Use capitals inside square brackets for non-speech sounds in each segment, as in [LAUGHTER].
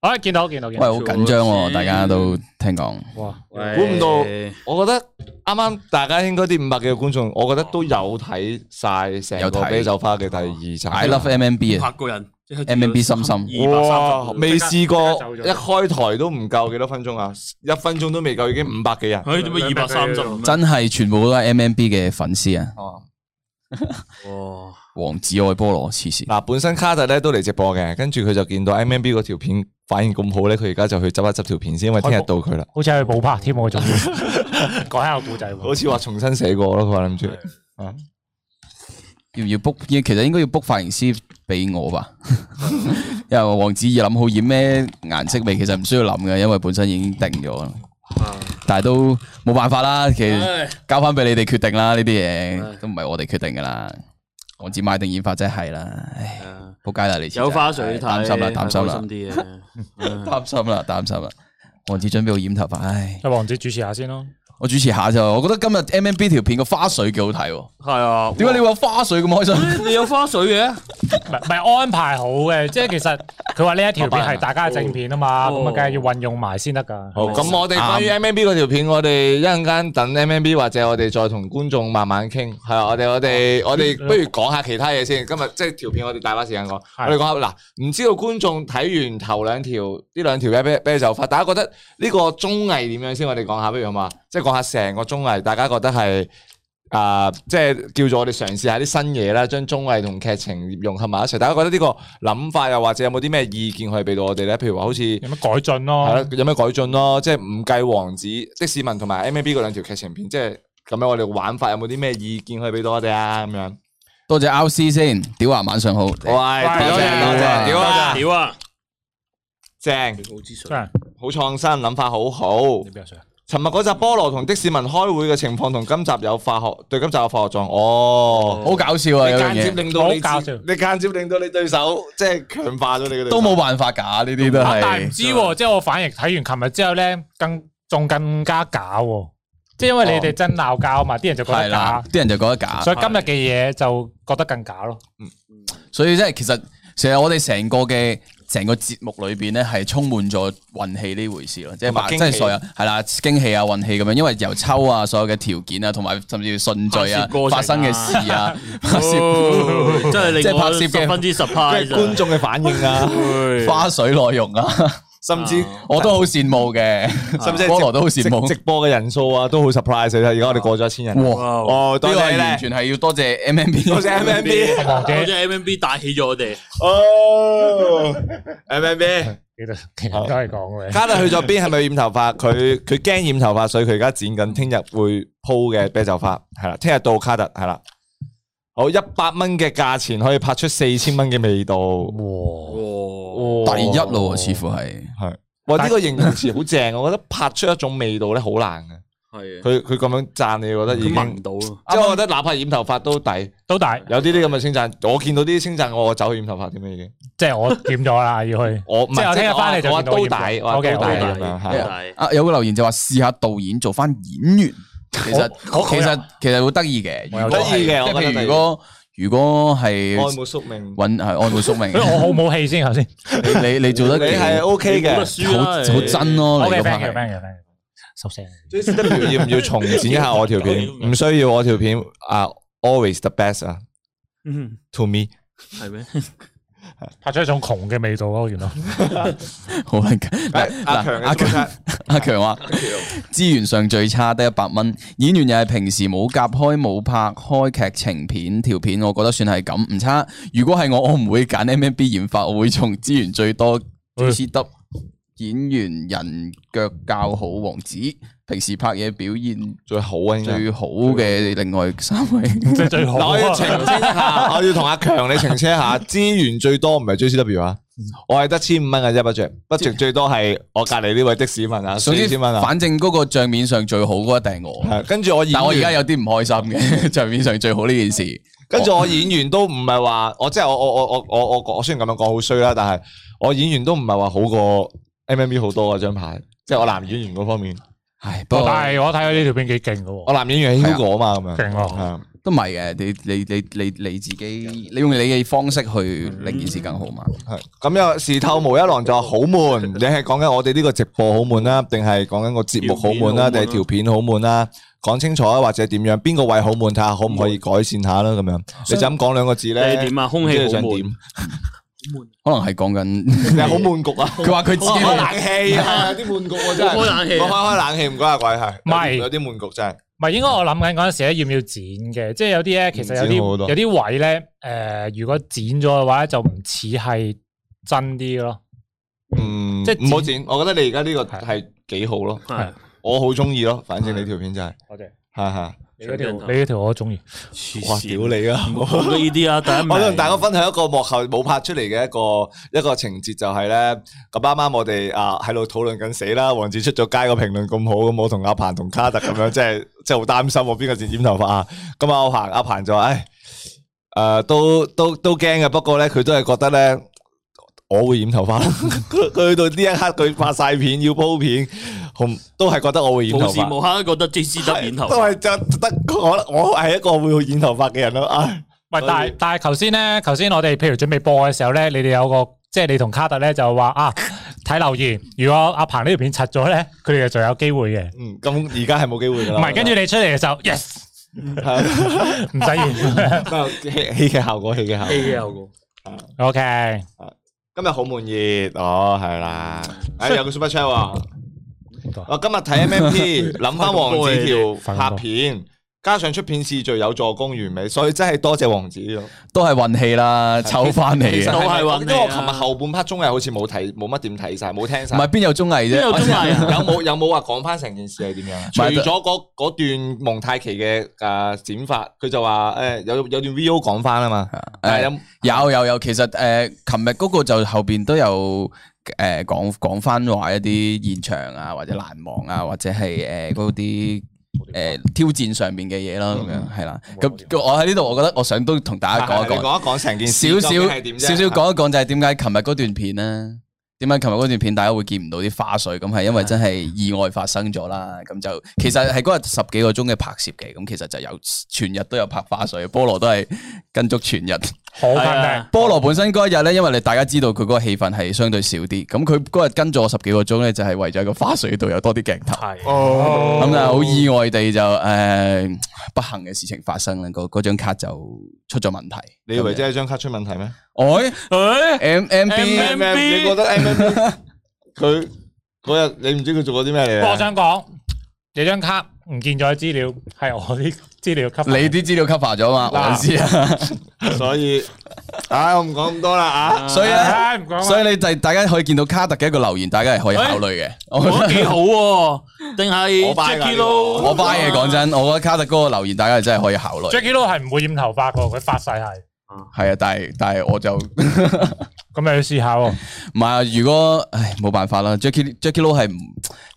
啊，見到見到見喂，到，好緊張喎，大家都聽講。哇！估唔到，我覺得啱啱大家應該啲五百幾個觀眾，我覺得都有睇晒成有個睇啤酒花嘅第二 I 集。 love MMB 百啊，個人 MMB 深深哇！未試即過刻走咗一開台都唔夠幾多分鐘啊！一分鐘都未夠，已經五百幾人。佢點解二百三十五？真係全部都係 MMB 嘅粉絲啊！ [LAUGHS] 哦，哇！王子愛菠蘿黐線，嗱，本身卡特咧都嚟直播嘅，跟住佢就見到 M M B 嗰條片反應咁好咧，佢而家就去執一執條片先，因為聽日到 [LAUGHS] 佢啦。好似係去補拍添，我仲要講下個故仔喎。好似話重新寫過咯，佢話諗住。啊要唔要 book？其實應該要 book 髮型師俾我吧， [LAUGHS] 因為王子要諗好染咩顏色味，其實唔需要諗嘅，因為本身已經定咗啦。但係都冇辦法啦，其實啊唉交翻俾你哋決定啦，呢啲唉嘢都唔係我哋決定噶啦。王子買定染髮真係啦，唉，仆街啦你遲早。有花水睇，擔心啦，擔心開啦心，啲嘅。唉擔心啦，擔心啦。王子準備好染頭髮，唉，阿王子主持下先咯。我主持下就，我覺得今日 M M B 條片個花絮幾好睇喎。係啊，點解你會有花絮咁開心？你有花水嘅？唔係唔係安排好嘅，即係其實佢話呢一條片係大家嘅正片啊嘛，哦咁啊，梗係要運用埋先得㗎。好，咁我哋啱關於 M M B 嗰條片，我哋一陣間等 M M B 或者我哋再同觀眾慢慢傾。係啊，我哋我哋我哋不如講下其他嘢先。今日即係條片，我哋大把時間講。我哋講下嗱，唔知道觀眾睇完頭兩條呢兩條嘅啤啤酒花，大家覺得呢個綜藝點樣先？我哋講下，不如好嘛？即係講下成個綜藝，大家覺得係。啊、即係叫做我哋嘗試下啲新嘢啦，將綜藝同劇情融合埋一齊。大家覺得呢個諗法，又或者有冇啲咩意見可以俾到我哋咧？譬如話好似有乜改進係咯啦？，有咩改進咯？即係唔計王子的市民同埋 M A B 嗰兩條劇情片，即係咁樣我哋玩法有冇啲咩意見可以俾到我哋啊？咁樣，多謝 R C 先，屌啊晚上好，喂，多謝多謝，屌啊，屌啊！正，好之水真係好創新，諗法好好。你邊有水？尋日嗰集菠蘿同的市民開會嘅情況同今集有化學對今集有化學狀哦。好搞笑啊！有樣你間接 Dạ. 嘢令到你好搞自笑你間接令到你對手即係強化咗你嘅對手都冇辦法㗎，呢啲都啊但係唔係知喎，即係我反而睇完琴日之後咧，更仲更加假喎。即係因為你哋真鬧交嘛，啲人就覺哦係得啦假，，啲人就覺嗯得假，所以今日嘅嘢就覺得更假咯。所以即係其實成日我哋成個嘅成個節目裏邊咧係充滿咗運氣呢回事咯，即係同埋話驚喜真啊係所有係啦驚喜啊運氣咁樣，因為由抽啊所有嘅條件啊，同埋甚至順序啊拍攝過程啊發生嘅事 [LAUGHS] 啊，拍攝哦真係即係令拍我攝十嘅分之即係 surprise 啊。觀眾嘅反應 [LAUGHS] 啊，唉花絮內容啊， [LAUGHS] 甚至我都好羨慕嘅， [LAUGHS] [LAUGHS] 甚至係直菠蘿都好羨慕直。直播嘅人數啊，都好 surprise 你睇，而家我哋過咗一千人。哇！哇！哦，多呢個謝係你完咧，全係要多謝 M M B，多謝 M M B。王者我只 M M B 帶起咗我哋，哦，M M B，其實其實都係講嘅。卡特去咗邊？係咪染頭髮？佢佢驚染頭髮，所以佢而家剪緊，聽日會鋪嘅啤酒花係啦，聽日到卡特係啦。好，一百蚊嘅價錢可以拍出四千蚊嘅味道。哇！哇！第一咯喎，似乎係係。哇！呢個形容詞好正，我覺得拍出一種味道咧好難嘅。係啊，佢佢咁樣讚你，我覺得已經，佢聞即到啊，係我覺得哪怕染頭髮都抵。都大，有啲啲咁嘅稱讚，我見到啲稱讚我，我走去染頭髮添啦已經。即係我點咗啦，要去。我唔係即係我聽日翻嚟就我話見到都染抵，咗我話都 OK，抵好咁大樣好係啊。大，啊有個留言就話試下導演做翻演員，其實其實其實好得意嘅，我有如果係得意嘅即我覺得得係譬如意如果如果係愛慕宿命，揾係安倍宿命，因為我好冇氣先頭先。你你你做你得幾係 O K 冇得嘅。輸好啦好真咯，你 OK，嗰 thank 排 you，thank you，thank you，收聲。 JCW 要唔要重剪一下我條片？唔需要我條片啊，always the best 啊嗯，to me。係咩？拍出一種窮嘅味道咯，原來。 [LAUGHS] 好撚緊哎嗱阿強嘅阿做強法阿強話資源上最差得一百蚊，演員又係平時冇夾開冇拍開劇情片條片，我覺得算係咁唔差。如果係我，我唔會揀 M M B 研發，我會從資源最多最先得演員人腳較好王子，平時拍嘢表現最好啊，應該。最好嘅另外三位。即係最好 [LAUGHS] 嗱，我要啊。澄清一 [LAUGHS] 下，我要同阿強你澄清一下，資源最多唔係 JCW 啊，我係得千五蚊嘅啫，budget，budget 最多係我隔離呢位的士民啊，總四之，千蚊啊，反正嗰個帳面上最好嗰一定係我。係跟住我演但我而家員，有啲唔開心嘅， [LAUGHS] 帳面上最好呢件事。跟住我演員都唔係話，我即係我我我我我我我雖然咁樣講好衰啦，但係我演員都唔係話好過 MMB 好多啊張牌，即係我男演員嗰方面，唉，不過 [LAUGHS] 但係我睇佢呢條片幾勁嘅喎我。男演員係 Hugo 啊嘛咁樣，勁啊係啊都唔係嘅，你你你你你自己，你用你嘅方式去令件事更好嘛。嗯係咁又時透無一郎就話好悶，你係講緊我哋呢個直播好悶啦，定係講緊個節目好悶啊啦，定係條片好悶啦？講清楚啊，或者點樣？邊個位好悶？睇下可唔可以改善下啦？咁樣你就咁講兩個字咧，你點啊？空唔氣知你好想悶點？，可能係講緊， [LAUGHS] 你 [LAUGHS] 係好悶局啊！佢話佢自己開冇冷氣係啊，啲悶局喎真係。開冷氣啊我開開冷氣唔該啊，鬼係。唔係有啲悶局真係。唔係應該我諗緊嗰陣時咧，要唔要剪嘅？即係有啲咧，其實有剪好啲多有啲位咧，誒、如果剪咗嘅話咧，就唔似係真啲咯。嗯，即即係係唔好剪。我覺得你而家呢個係幾好咯，係我好中意咯。反正你條片真係，我哋係係。你嗰條你嗰條我中意。黐哇！線屌你 [LAUGHS] 啊！唔好講呢啲啊，第一名我同大家分享一個幕後冇拍出嚟嘅一個一個情節就係 [LAUGHS] 咧，咁啱啱我哋啊喺度討論緊死啦，王子出咗街個評論咁好，咁我同阿彭同卡特咁樣，即係即係好擔心我邊個剪染頭髮啊？咁啊，我行阿彭就話：，唉，誒、都都都驚嘅，不過咧佢都係覺得咧。我會染頭 [LAUGHS] 髮，佢佢去到呢一刻，佢拍晒片要鋪片，紅都係覺得我會染頭無時髮。無刻覺得 J C 得面頭髮，都係就得我我係一個會染頭髮嘅人咯。唉，喂，但係但係頭先咧，頭先我哋譬如準備播嘅時候咧，你哋有個即係你同卡特咧就話啊，睇留言，如果阿彭呢條片刷咗咧，佢哋就仲有機會嘅。嗯，咁而家係冇機會噶唔啦。係，跟住你出嚟嘅時候，yes，[LAUGHS] 唔使完戲嘅效果，戲嘅效 A 有個，OK。今日好悶熱，哦，係啦，誒，有個 super chat 喎，我今日睇 M M P，諗翻王子條拍片，加上出片次序有助攻完美，所以真係多謝王子咯。都係運氣啦，抽翻嚟其實嘅。都係係運因氣為啊我琴日後半 part 綜藝好似冇睇，冇乜點睇晒，冇聽唔晒。係邊有綜藝邊有啫？綜藝啊？有冇有冇話講翻成件事係點樣啊？除係咗嗰嗰段蒙太奇嘅誒剪法，佢就話誒有有段 V O 講翻啊嘛，但係有有有有，其實诶，琴日嗰個就後边都有诶講講翻話一啲現場嗯啊，或者難忘啊，或者係诶嗰啲诶挑戰上面嘅嘢嗯啦，咁樣係啦。咁我喺呢度，我覺得我想都同大家講一 [LAUGHS] 你講。講一講成件事少少究竟係點啫少少講一講就係點解琴日嗰段片咧？點解琴日嗰段片大家會見唔到啲花絮？咁係因為真係意外發生咗啦。咁就其實係嗰日十幾個鐘嘅拍攝期，咁其實就有全日都有拍花絮。菠蘿都係跟足全日。好係肯定啊，菠蘿本身嗰一日咧，因為你大家知道佢嗰個氣氛係相對少啲，咁佢嗰日跟咗我十幾個鐘咧，就係為咗一個花絮度有多啲鏡頭。係哦咁就好意外地就诶、誒不幸嘅事情發生啦，嗰嗰張卡就出咗問題。哎你以為真係張卡出問題咩我誒 M M B MMB ？M M，你覺得 M M 佢嗰日你唔知佢做過啲咩嚟我啊？想講你張卡唔見咗資料，係我啲 [LAUGHS] 資料吸。你啲資料 cover 咗嘛？嗱我知啊，所以，唉，我唔講咁多啦啊！ [LAUGHS] 所以咧，唉唔講啦所以你就大家可以見到卡特嘅一個留言，大家係可以考慮嘅。我我覺哦得幾好喎，定係我哎 buy 㗎 Jackie 呢個 Lou 我 buy 嘅，講真，我覺得卡特嗰個留言，大家係真係可以考慮。 Jackie Lou 係唔會染頭髮噶，佢發晒係，係啊，但係但係我就 [LAUGHS] 唔咁咪要試下喎。係啊。如果唉冇辦法啦，Jackie Jackie Lou 係唔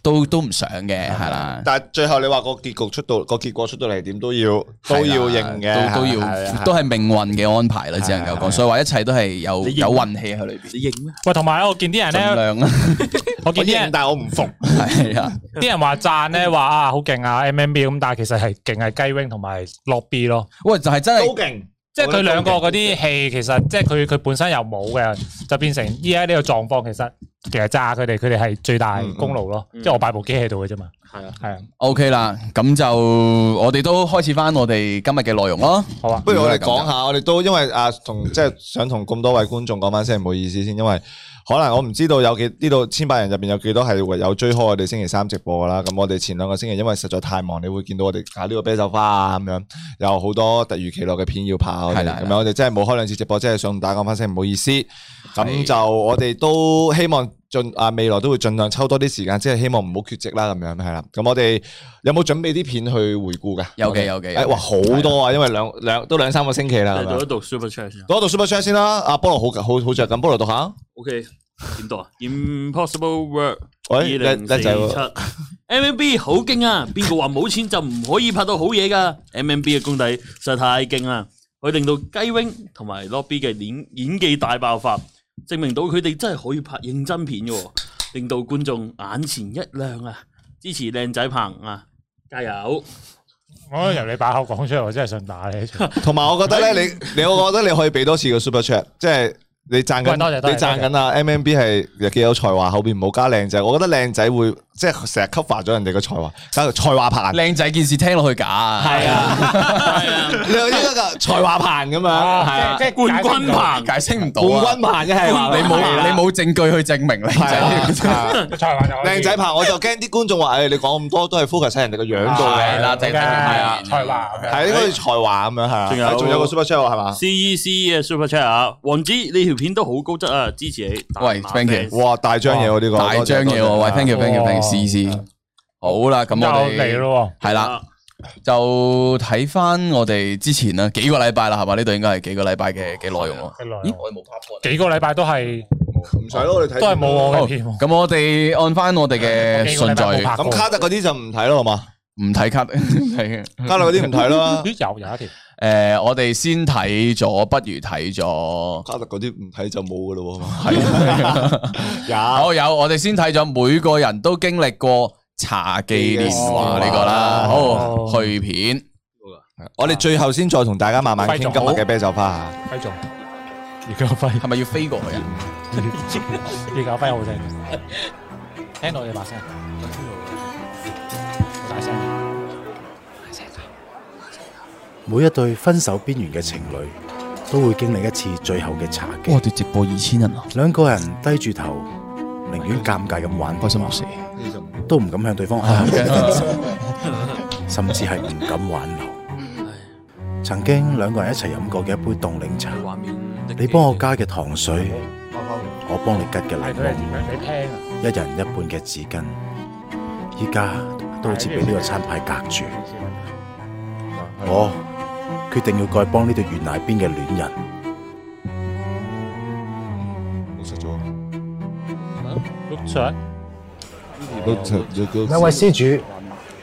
都都唔想嘅，係啦。但係最後你話個結局出到個結果出到嚟點都要都係啦要認嘅，都都係啊要，都係命運嘅安排啦，只能夠講。所以話一切都係有你認有運氣喺裏邊，你認咩？喂，同埋我見啲人盡咧，量啦。啊我我見啲認，人但係我唔 [LAUGHS] 服。係啊，啲人話讚咧， [LAUGHS] 話啊好勁啊 MMB 咁，但係其實係勁係雞 wing 同埋落 B 咯。喂，就係真係都勁，即係佢兩個嗰係啲戲，其實即係佢佢本身又冇嘅，就變成依家呢個狀況，其實其實炸佢哋，佢哋係最大功勞咯。嗯即係我擺部機喺度嘅啫嘛。係啊，係啊， O K 啦，咁就我哋都開始翻我哋今日嘅內容咯。好啊。不如我哋講下，我哋都因為啊，同即係想同咁多位觀眾講翻聲，唔好意思先，因為可能我唔知道有幾呢度千百人入邊有幾多係有追開我哋星期三直播㗎啦。咁我哋前兩個星期因為實在太忙，你會見到我哋搞呢個啤酒花啊咁樣，有好多突如其來嘅片要拍我哋係啦係啦咁樣，我哋真係冇開兩次直播，真係想同大家講翻聲唔好意思。咁就我哋都希望盡啊未來都會盡量抽多啲時間，即係希望唔好缺席啦咁樣係啦。咁我哋有冇準備啲片去回顧㗎？有嘅我哋有嘅有誒嘅哇好多啊，因為兩兩都兩三個星期啦。係你咪讀一讀 Super Chat 先啊。攞到 super chat 先啦，阿菠蘿好好好着緊，菠蘿讀下。 OK，點讀啊？Impossible Work 二喂，叻零叻四仔喎，七。M M B 好勁啊！邊個話冇錢就唔可以拍到好嘢噶？M M B 嘅功底實在太勁啦，佢令到雞 wing 同埋 Lobby 嘅演演技大爆發，證明到佢哋真係可以拍認真片嘅喎，令到觀眾眼前一亮啊！支持靚仔彭啊，加油！我由你把口講出嚟，我真係想打你。同埋我覺得咧，你你我覺得你可以俾多次個 super chat，即係你讚緊，喂多謝多謝你讚緊啊 M M B 係又幾有才華，後邊唔好加靚仔，我覺得靚仔會即係成日 cover 咗人哋嘅才華，搞到才華棚，靓仔件事聽落去假啊，係啊， [LAUGHS] 你有呢個才華棚咁樣，係啊即係冠軍棚解釋唔到冠啊軍棚一係話你冇你冇證據去證明靚係啊係仔。啊才華就可以靚仔棚，我就驚啲觀眾話：，誒，你講咁多都係 focus 喺人哋個樣度啊係嘅，啦就係係啊才華係應該係才華咁樣仲係啊，有仲有個 super chat 喎係嘛？ C E C 嘅 Super Chat 啊，王子你條片都好高質啊，支持你。大馬 [LAUGHS] 喂，thank you fans 哇，大張嘢喎呢個，大多謝張嘢喎，多謝喂，thank you，thank 哇 you，thank you，試試。好啦，咁我又嚟哋咯係啦，就睇翻我哋之前啦，幾個禮拜啦，係嘛？呢度應該係幾個禮拜嘅嘅內容咯。喎，咦，我哋冇拍過。幾個禮拜都係唔使咯，你睇都係冇我好，嘅片喎。啊咁我哋按翻我哋嘅幾個順禮拜冇序，拍過咁卡特嗰啲就唔睇咯，好嘛？唔睇卡， [LAUGHS] 係嘅。卡特嗰啲唔睇啦，咦有有一條诶，我哋先睇咗，不如睇咗。卡特嗰啲唔睇就冇噶咯喎。係，啊 [LAUGHS] 有好有，我哋先睇咗，每個人都經歷過茶記年華呢個啦。哦好，去片。我哋最後先再同大家慢慢傾今日嘅啤酒花嚇。輝仲，葉家輝，係咪要飛過去啊？葉家輝好正，聽到你把聲，大 [LAUGHS] 聲啲。每一對分手邊緣嘅情侶都會經歷一次最後嘅茶哇！記我，哋直播二千人啊，兩個人低住頭，寧願尷尬咁玩，開心到啊死。啊都唔敢向對方喊分手，甚至係唔敢挽留。曾經兩個人一齊飲過嘅一杯凍檸茶，畫面你幫我加嘅糖水，我幫你吉嘅係檸佢係檬，點樣？你聽啊，一人一半嘅紙巾，依家都好似俾呢個餐牌隔住。我決定要丐幫呢對懸崖邊嘅戀人。老實咗，碌上老實咗兩位施主，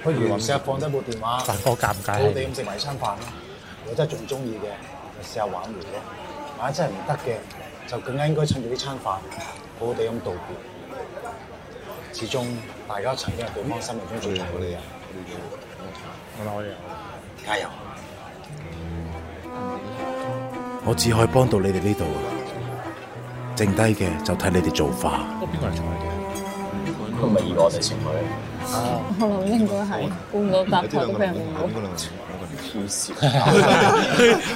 不如試下放低部電話，嗱個尷好尬地係咁食埋餐飯啦。如果真係仲中意嘅，就試下挽回咯。萬一真係唔得嘅，就更加應該趁住呢餐飯，好好地咁道別。始終大家曾經係對方生命中最重要嘅人，我哋加油！我只可以幫到你哋呢度啦，剩低嘅就睇你哋做法。有，邊個嚟坐嘅？我哦諗應該係半個八婆都俾人咬，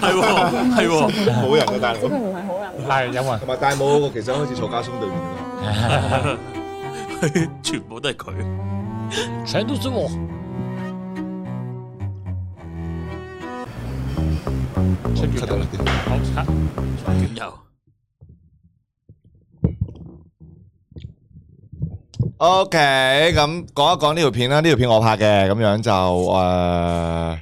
係喎係喎，冇人啊，大佬。佢唔係好人。係有冇人同埋戴帽嗰個其實開始坐家聰對面啦。 [LAUGHS] 全部都係佢。全都是我。出月球好卡遠遊 OK，咁講一講呢條片啦，呢條片我拍嘅，咁樣就誒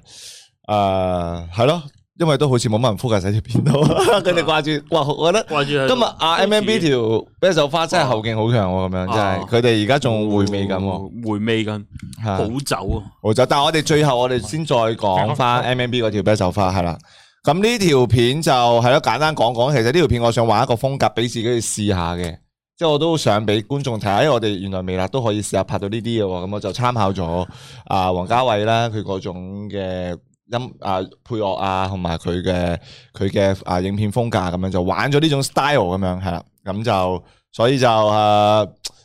誒係咯，因為都好似冇乜人 focus 喺條片度， [LAUGHS] 佢哋掛住，哇！我覺得。掛住喺度今日 [LAUGHS] 啊好似 M M B 條啤酒花真係後勁好強喎，咁樣真係啊佢哋而家仲回味緊喎，回味緊係好酒啊！好就但係我哋最後我哋先再講翻 M M B 嗰條啤酒花係啦。咁呢條片就係咯，簡單講講。其實呢條片我想玩一個風格俾自己去試下嘅，即係我都想俾觀眾睇下，因為我哋原來微辣都可以試下拍到呢啲嘅喎。咁我就參考咗啊黃家衞啦，佢嗰種嘅音啊配樂啊，同埋佢嘅佢嘅啊影片風格咁樣就玩咗呢種 style 咁樣係啦。咁就所以就啊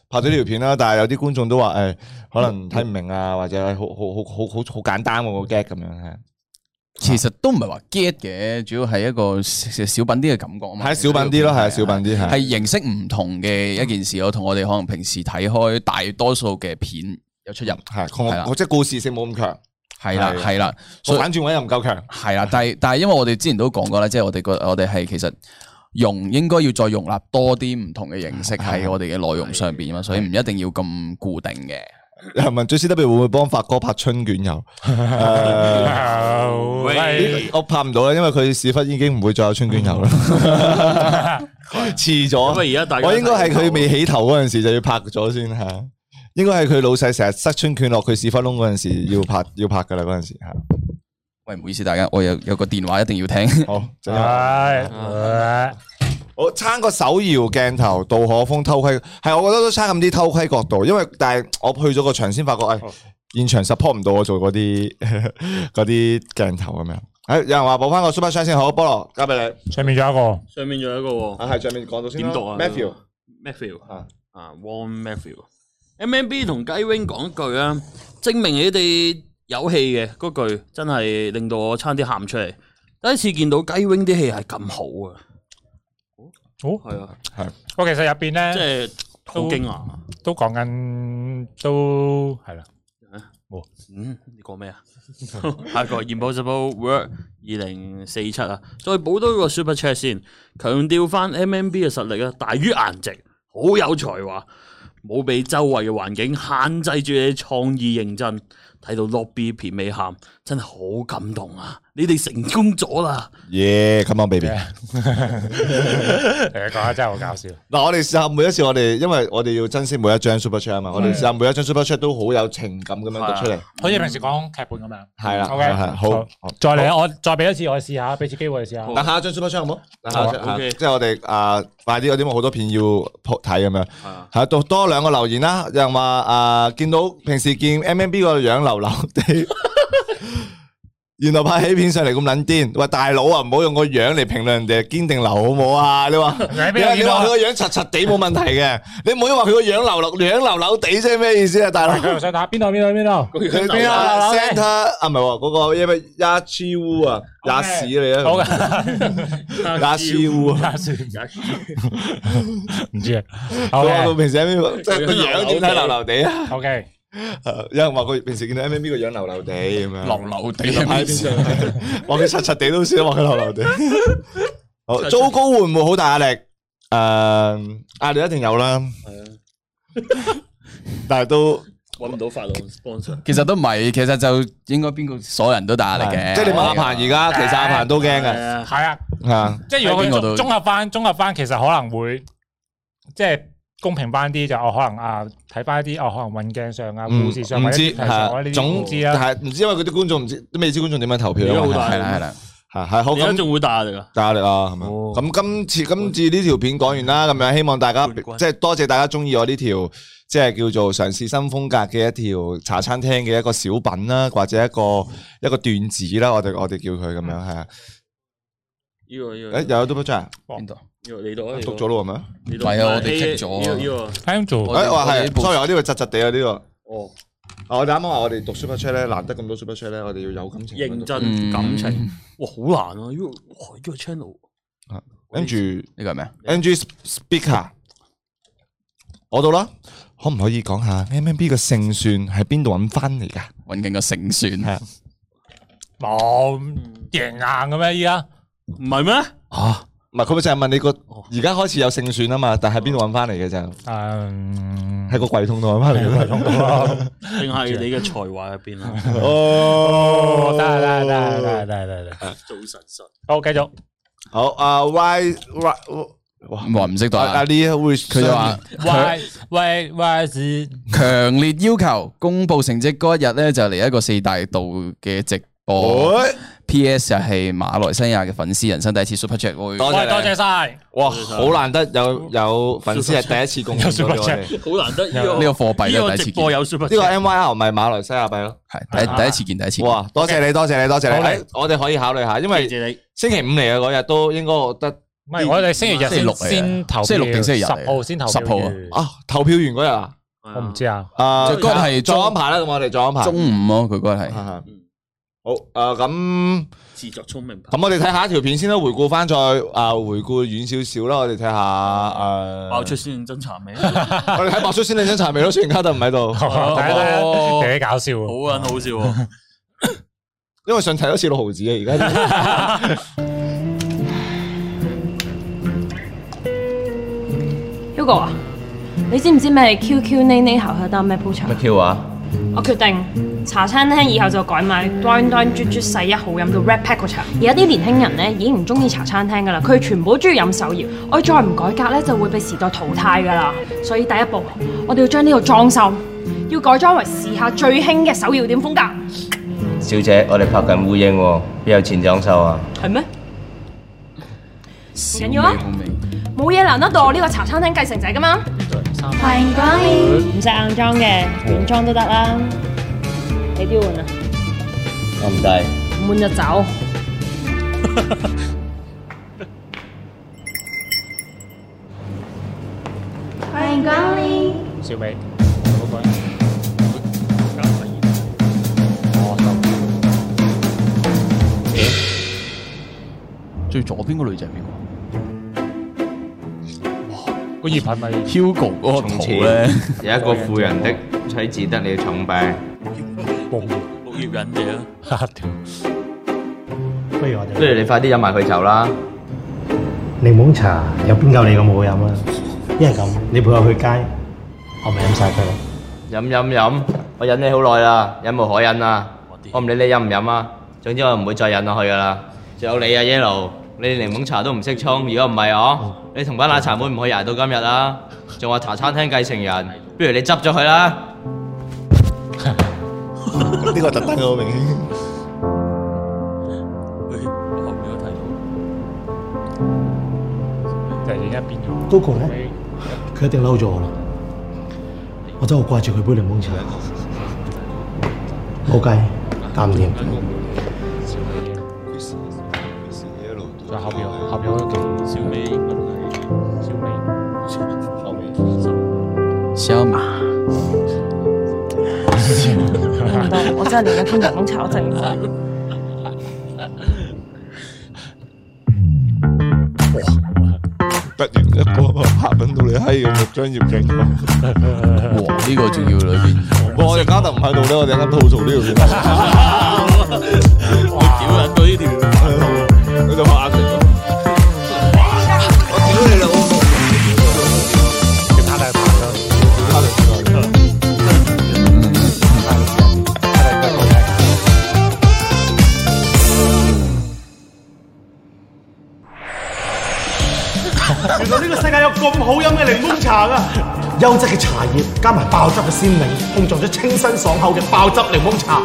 拍咗呢條片啦，但係有啲觀眾都話誒。可能睇唔明啊，或者好好好好好好簡單喎個 get 咁樣係，其實都唔係話 get 嘅，主要係一個小小品啲嘅感覺啊嘛。係小品啲咯，係小品啲係。系啊形式唔同嘅一件事咯，同我哋可能平時睇開大多數嘅片有出入，嗯係係啦哦我我即係故事性冇咁強，係啦係啊係啦，所個以反轉位又唔夠強，係啦， [LAUGHS] 但係但係因為我哋之前都講過啦，即係我哋個我哋係其實容應該要再容納多啲唔同嘅形式喺我哋嘅內容上邊啊嘛，所以唔一定要咁固定嘅。問最 C W 會唔會幫發哥拍春卷 [LAUGHS] 又？誒喂，我拍唔到啦，因為佢屎忽已經唔會再有春卷油啦， [LAUGHS] 遲啊嗯咁咗。啊而家大家我應該係佢未起頭嗰陣時就要拍咗先嚇，應該係佢老細成日塞春卷落佢屎忽窿嗰陣時要拍要拍㗎啦嗰陣時嚇。喂，唔好意思大家，我有有個電話一定要聽。好，就因為係我撐個手搖鏡頭，杜可風偷窺，係我覺得都差咁啲偷窺角度，因為但係我去咗個場先發覺，誒、現場 support 唔到我做嗰啲 [LAUGHS] 嗰啲鏡頭咁樣。诶，有人話補翻個 super shine 先好，菠蘿 [LAUGHS] 交俾你。上面仲有一個上面仲有一個喎啊，係上面講到先啦點讀啊 Matthew Matthew 啊啊，Warren Matthew。MMB 同雞 wing 講一句啊，證明你哋有戲嘅嗰句，真係令到我差啲喊出嚟。第一次見到雞 wing 啲戲係咁好啊，哦，係啊，我其實入边即咧係好驚訝。都講緊都係啦，啊嗯，你講 [LAUGHS] 咩啊？下一個 Impossible Work 二零四七啊，再補多個 Super Chat 先，強調翻 MMB 嘅實力啊，大於顏值，好有才華，冇俾周圍嘅環境限制住你嘅創意認真。睇到 lobby 片尾喊，真係好感動啊！你哋成功咗 [LAUGHS] 啦， ，Yeah，come on baby。诶，讲得真係好搞笑。嗱，我哋試下每一次我哋，因為我哋要珍惜每一張 super chat 啊嘛，我哋試下每一張 super chat 都好有情感咁樣讀出嚟，好似平時講劇本咁樣。係啦， OK 係好。好再嚟啊！我再俾一次我試下，俾次機會我試下。好等下一張 super chat 好冇？等下一張好啊，OK 即係我哋啊，快啲，我啲好多片要鋪睇咁樣。係啊，系讀多兩個留言啦，有人話啊，见到平時見 M M B 個樣流流地， [LAUGHS] 原來拍起片上嚟咁撚癲。喂大佬啊，唔好用個樣嚟評論人哋堅定流好唔好啊？你話喺邊你度話見你到話啊佢個樣柒柒地冇問題嘅，你唔好因為佢個樣流流樣流流地啫，咩意思啊，大佬？佢又想打邊度邊度邊度。佢邊啊？Santa 啊，唔係喎，嗰個因為 y 超啊，也屎嚟好 [LAUGHS] 啊， [LAUGHS] 嘅，也屎 [LAUGHS] 烏啊。 [LAUGHS] 唔知啊。佢好話佢嘅平時 M M 即係個樣點睇流流地啊？ ，OK，有人話佢平時見到 M M B 個樣流流地咁樣。流流地喺啊邊！ [LAUGHS] 上？話佢柒柒地都算，話佢流流地。好，糟糕會唔會好大壓力？诶，壓力一定有啦，係啊，但係都揾唔到法郎 sponsor，其實都唔係，其實就應該邊個所有人都打壓力嘅。即係你問阿彭而家，其實阿彭都驚係嘅啊，係啊。吓。即係如果喺邊佢個度綜綜合翻，綜合翻其實可能會即係公平翻啲，就我可能啊睇翻一啲哦，可能運鏡上啊、嗯故事上唔或者知題材上係我呢啲總唔知啊。係唔知，因為嗰啲觀眾唔知，都未知觀眾點樣投票而家好大啊係啦係啦。嘛。係係好嗯而家咁。仲會打你噶，大壓力啊，係咪？哦咁今次今次呢條片講完啦，咁樣希望大家冠軍即係多謝大家中意我呢條即係叫做嘗試新風格嘅一條茶餐廳嘅一個小品啦，或者一個一個段子啦，我哋我哋叫佢咁樣嗯係啊。呢個呢個誒又有 double j 哦邊度？呢個你讀啊，讀咗咯係咪？你讀，唔係啊我哋呢個 tick 咗啊呢個呢個 Angel 我哋誒我我哋呢部係，sorry，我呢個窒窒地啊呢個。哦，啊我哋啱啱話我哋讀 super chat 咧，難得咁多 super chat 咧，我哋要有感情。認真嗯感情。哇，好難啊！呢個哇呢個 channel 아,跟住。呢個係咩啊？ NG speaker，我到啦，可唔可以講下 M M B 嘅勝算喺邊度揾翻嚟噶？揾緊個勝算。啊，冇贏硬嘅咩？依家唔係咩？啊，唔係佢咪就係問你個而家開始有勝算啊嘛，但係邊度揾翻嚟嘅咋？嗯喺個櫃桶度揾翻嚟嘅。 [LAUGHS] 定 [LAUGHS] 係你嘅才華入邊啊？哦哦得啦得啦得啦得啦得啦得啦，做神神，好繼續。好啊，Y Y，哇，我唔識讀阿啊阿！呢會佢就話。喂喂喂，是強烈要求公布成績嗰一日咧，就嚟一個四大道嘅直播。哎 P.S. 就係馬來西亞嘅粉絲人生第一次 Super Chat 會。多喂，多謝謝你，晒。哇，好難得有有粉絲係第一次貢獻到俾我哋。呢好難得呢呢個貨幣呢都個係第一直次播見，有 super 個 M Y R 唔係馬來西亞幣咯。係第一第一次見，第一次見。哇，多謝你，多謝你，多謝你。好哎我哋可以考慮下，因為謝謝你，星期五嚟嘅嗰日都應該我覺得唔係我哋星期日星期先六嚟嘅先投票，星期六定星期日十嚟嘅號先投票10號啊嘅啊，投票完嗰日啊，我唔知啊。啊，就嗰日係再安排啦，咁我哋再安排。中午咯，佢嗰日係。啊嗯好啊，咁咁自作聰明我哋睇下一條片先啦，回顧翻再啊，回顧遠少少啦，我哋睇下爆誒，出先真啊查未？我哋睇爆出先，你想查未咯？雖然卡特唔喺 [LAUGHS] 度，啊大家哦幾搞笑好喎撚好笑喎！ [LAUGHS] 因為想睇多次六毫子啊，而家 [LAUGHS] Hugo 啊，你知唔知咩係 QQ 呢呢校香丹咩鋪茶？ Q 啊！我哦決定茶餐廳以後就改買單單啜啜細一號飲到 Red Pack 個茶。而家啲年輕人呢已經唔中意茶餐廳噶啦，佢哋全部都中意飲手搖。我再唔改革呢，就會被時代淘汰噶啦。所以第一步，我哋要將呢度裝修，要改裝為時下最興嘅手搖店風格，小姐，我哋拍緊烏蠅喎，邊有錢裝修啊？係咩？小緊要啊美好味冇嘢難得到我呢個茶餐廳繼承者噶嘛？唔使硬裝嘅，軟裝都得啦。你邊換啊？我唔帶。換就走。歡迎光臨。小美，最左邊個女仔係邊個個葉係咪？ ？Hugo 嗰個從圖前咧，有一個富人的妻子得了重病，綠葉忍者啊，嚇條不如我不如哋你快啲飲埋佢酒啦。檸檬茶有邊夠你咁好飲啊？一係咁，你陪我去街，我咪飲晒佢咯。飲飲飲，我忍你好耐啦，忍無可忍啦。我唔理你飲唔飲啊，總之我唔會再忍落去噶啦。仲有你啊，Yellow，你連檸檬茶都唔識沖，如果唔係我，你同班奶茶妹唔可以捱到今日啊。仲話茶餐廳繼承人，不如你執咗佢啦。呢個特登好明顯。喂我後面有睇到突然間變咗 Coco 咧，佢一定嬲咗我啦。我真係好掛住佢杯檸檬茶。冇計，搞唔掂。再後邊後邊嗰幾小美，小美，小美唔得，我真係連一杯檸檬茶都整唔晒。突然一個拍緊到你閪咁嘅張葉景，哇！呢個仲要裏邊我哋嘉特唔喺度咧，我哋啱吐槽呢條片， [LAUGHS] 我屌啊人過呢條，佢就拍阿 Sir 要拍大拍咗，拍大個原來呢個世界有咁好飲嘅檸檬茶㗎！優質嘅茶葉加埋爆汁嘅鮮檸，碰撞咗清新爽口嘅爆汁檸檬茶，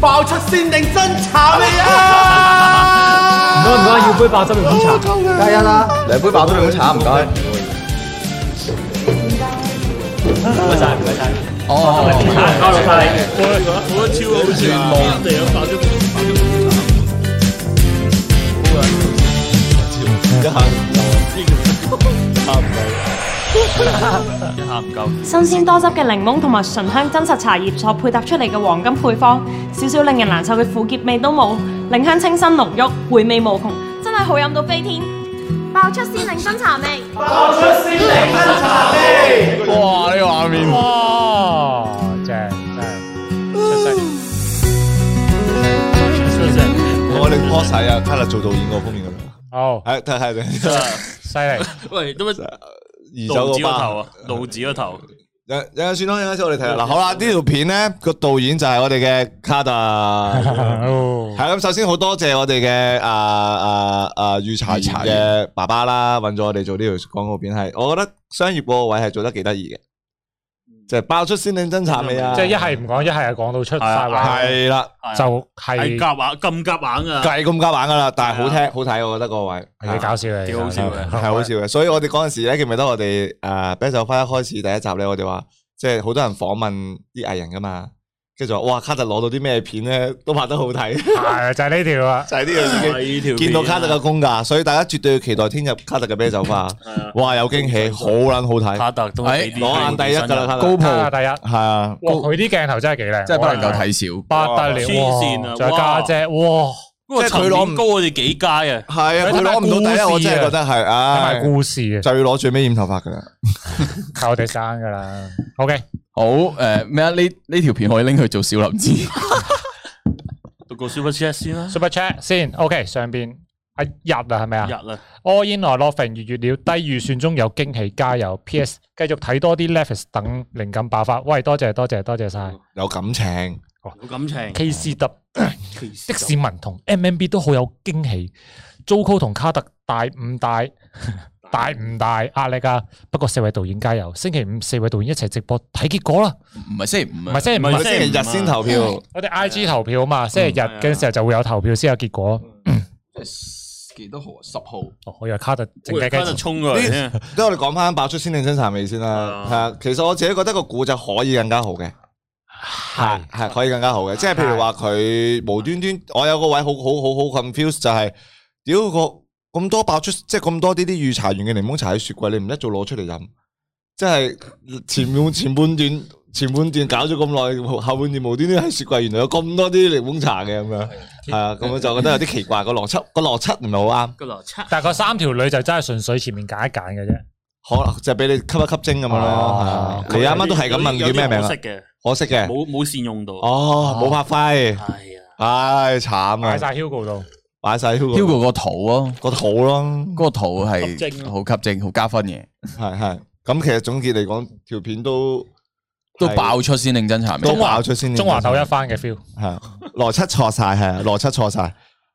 爆出鮮檸真茶味啊！唔該唔 vâng. 該，要杯爆汁檸檬茶，加一啦！兩杯爆都檸檬茶，唔該。哦，交落晒你，我我覺得超好笑啊！人哋有爆咗 [LAUGHS] 一下唔夠，新鮮多汁嘅檸檬同埋醇香真實茶葉所配搭出嚟嘅黃金配方，少少令人難受嘅苦澀味都冇，檸香清新濃郁，回味無窮，真係好飲到飛天！爆出鮮檸真茶味，哇！呢個畫面哇，正真係出色。我哋 pose 晒啊，卡特做導演嗰方面咁樣，好，係睇 [LAUGHS] 下睇下犀利！喂，都乜移走露個子個頭包。啊，露子個頭，有有陣算啦，有陣先我哋睇下嗱，好啦，呢條片咧個導演就係我哋嘅卡 [LAUGHS] 特，係哦咁。首先好多謝我哋嘅啊啊啊御茶園嘅爸爸啦，揾咗我哋做呢條廣告片，係我覺得商業嗰個位係做得幾得意嘅，就係爆出鮮檸真茶味啊！嗯即係一係唔講，一係就講到出晒話，係啦，就係係夾硬咁夾硬啊！計咁加玩噶啦，但係好聽好睇，我覺得嗰個位啊幾搞笑嘅，幾好笑嘅係係好笑嘅。所以我哋嗰陣時咧，記唔記得我哋啊誒啤酒花一開始第一集咧，我哋話即係好多人訪問啲藝人噶嘛，跟住就話哇卡特攞到啲咩片咧都拍得好睇，就啊就係呢條啊，係呢樣已呢條經見到卡特嘅功架，所以大家絕對要期待聽日卡特嘅啤酒花，啊哇有驚喜，好撚好睇，哎卡特都係攞眼第一㗎啦，卡高特，普啊第一，係啊，哇佢啲鏡頭真係幾靚，真係不能夠睇少。不得了，黐線啊哇仲有家姐，哇，嗰個即係佢層攞唔面高我哋幾階啊！係啊，佢佢攞唔到第一，我真係覺得係，睇唉埋，啊故事啊，就要攞最尾染頭髮㗎啦。靠我哋生噶啦，OK，好誒咩啊？呢呢條片可以拎去做小林子，讀個 super chat 先啦， Super Chat 先，OK 上邊阿日啊係咪啊日？啊， All in or nothing 月月了，低預算中有驚喜，加油！P.S. 繼續睇多啲 Netflix 等靈感爆發。喂，多謝多謝多謝晒嗯哦有感情。有感情，[COUGHS] K.C. 特的市民同 M.M.B 都好有驚喜。Zuko 同卡特大唔 [LAUGHS] 大大唔大壓力啊？不過四位導演加油！星期五四位導演一齊直播睇結果啦，唔係星期五唔啊係？星期五唔啊係，星期日先投票，嗯我哋 I.G 投票啊嘛，星期日嘅時候就會有投票先有結果。幾多號啊？十號。哦，我以為卡特靜喂雞卡特雞，衝過嚟先，即係我哋講翻爆出先定真茶味先啦。係啊，其實我自己覺得個故仔可以更加好嘅，係係可以更加好嘅，即係譬如話佢無端端，我有個位好好好好 confuse 就係，屌個咁多爆出，即係咁多呢啲御茶園嘅檸檬茶喺雪櫃，你唔一早攞出嚟飲，即係前半前半段前半段搞咗咁耐，後半段無端端喺雪櫃，原來有咁多啲檸檬茶嘅咁樣，係啊，咁我就覺得有啲奇怪，個邏輯個邏輯唔係好啱，個邏輯但係嗰三條女就真係純粹前面揀一揀嘅啫。可能就俾你吸一吸精咁樣咯，係啊你啱啱都係咁問叫咩名有啲啊可惜？嘅，可惜嘅，冇冇善用到。哦，冇發揮。係啊，唉，慘擺啊！晒 Hugo 度，擺晒 Hugo Hugo 個肚咯，個肚咯，嗰個肚吸睛係啊好吸睛，好加分嘅，係係。咁其實總結嚟講，條片都都係爆出先令真查都明。爆出先。中華豆一番嘅 feel。係啊邏輯錯晒，係啊邏輯錯晒，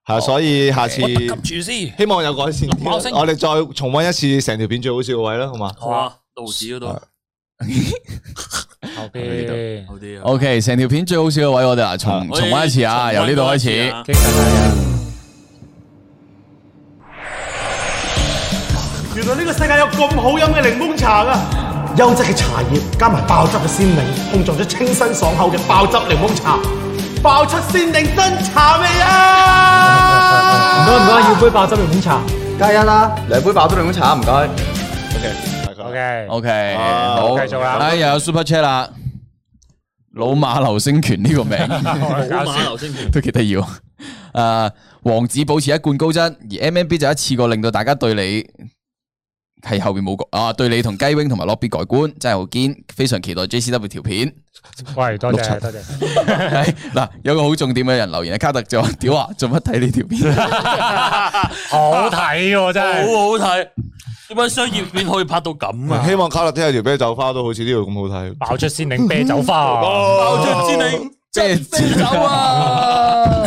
係啊所以下 Dạ, 次住先，希望有改善。爆聲我哋再重溫一次成條片最好笑嘅位啦，好嘛？好啊，道士嗰度後邊好啲啊。 O K，成條片最好笑嘅位我哋嗱重我哋重温一次啊，由呢度開始。重溫多一次啊激實係啊原來呢個世界有咁好飲嘅檸檬茶噶，優質嘅茶葉加埋爆汁嘅鮮檸，碰撞咗清新爽口嘅爆汁檸檬茶，爆出鮮檸真茶味啊！唔該唔該，要杯爆汁檸檬茶。加一 [LAUGHS] 啦，啊兩杯爆汁檸檬茶，唔該。 OK， ，OK。啊 O K，好，繼續啦哎，又有 Super Chat 啦，老馬流星拳呢個 [LAUGHS] 名好馬流星拳，都幾得意喎。誒，王子保持一貫高質，而 M M B 就一次過令到大家對你係後邊冇改啊，對你同雞 wing 同埋 lobby 改觀，真係好堅，非常期待 J C W 條片。喂，多六謝七 [LAUGHS] 多謝。係嗱，有個好重點嘅人留言，卡特就話：屌啊，做乜睇呢條片？好睇喎，真好係。好睇。點解商業片可以拍到咁啊？希望卡樂啲有條啤酒花都好似呢度咁好睇。爆出鮮檸啤酒花，爆出先你啤酒 Ờ. 啊！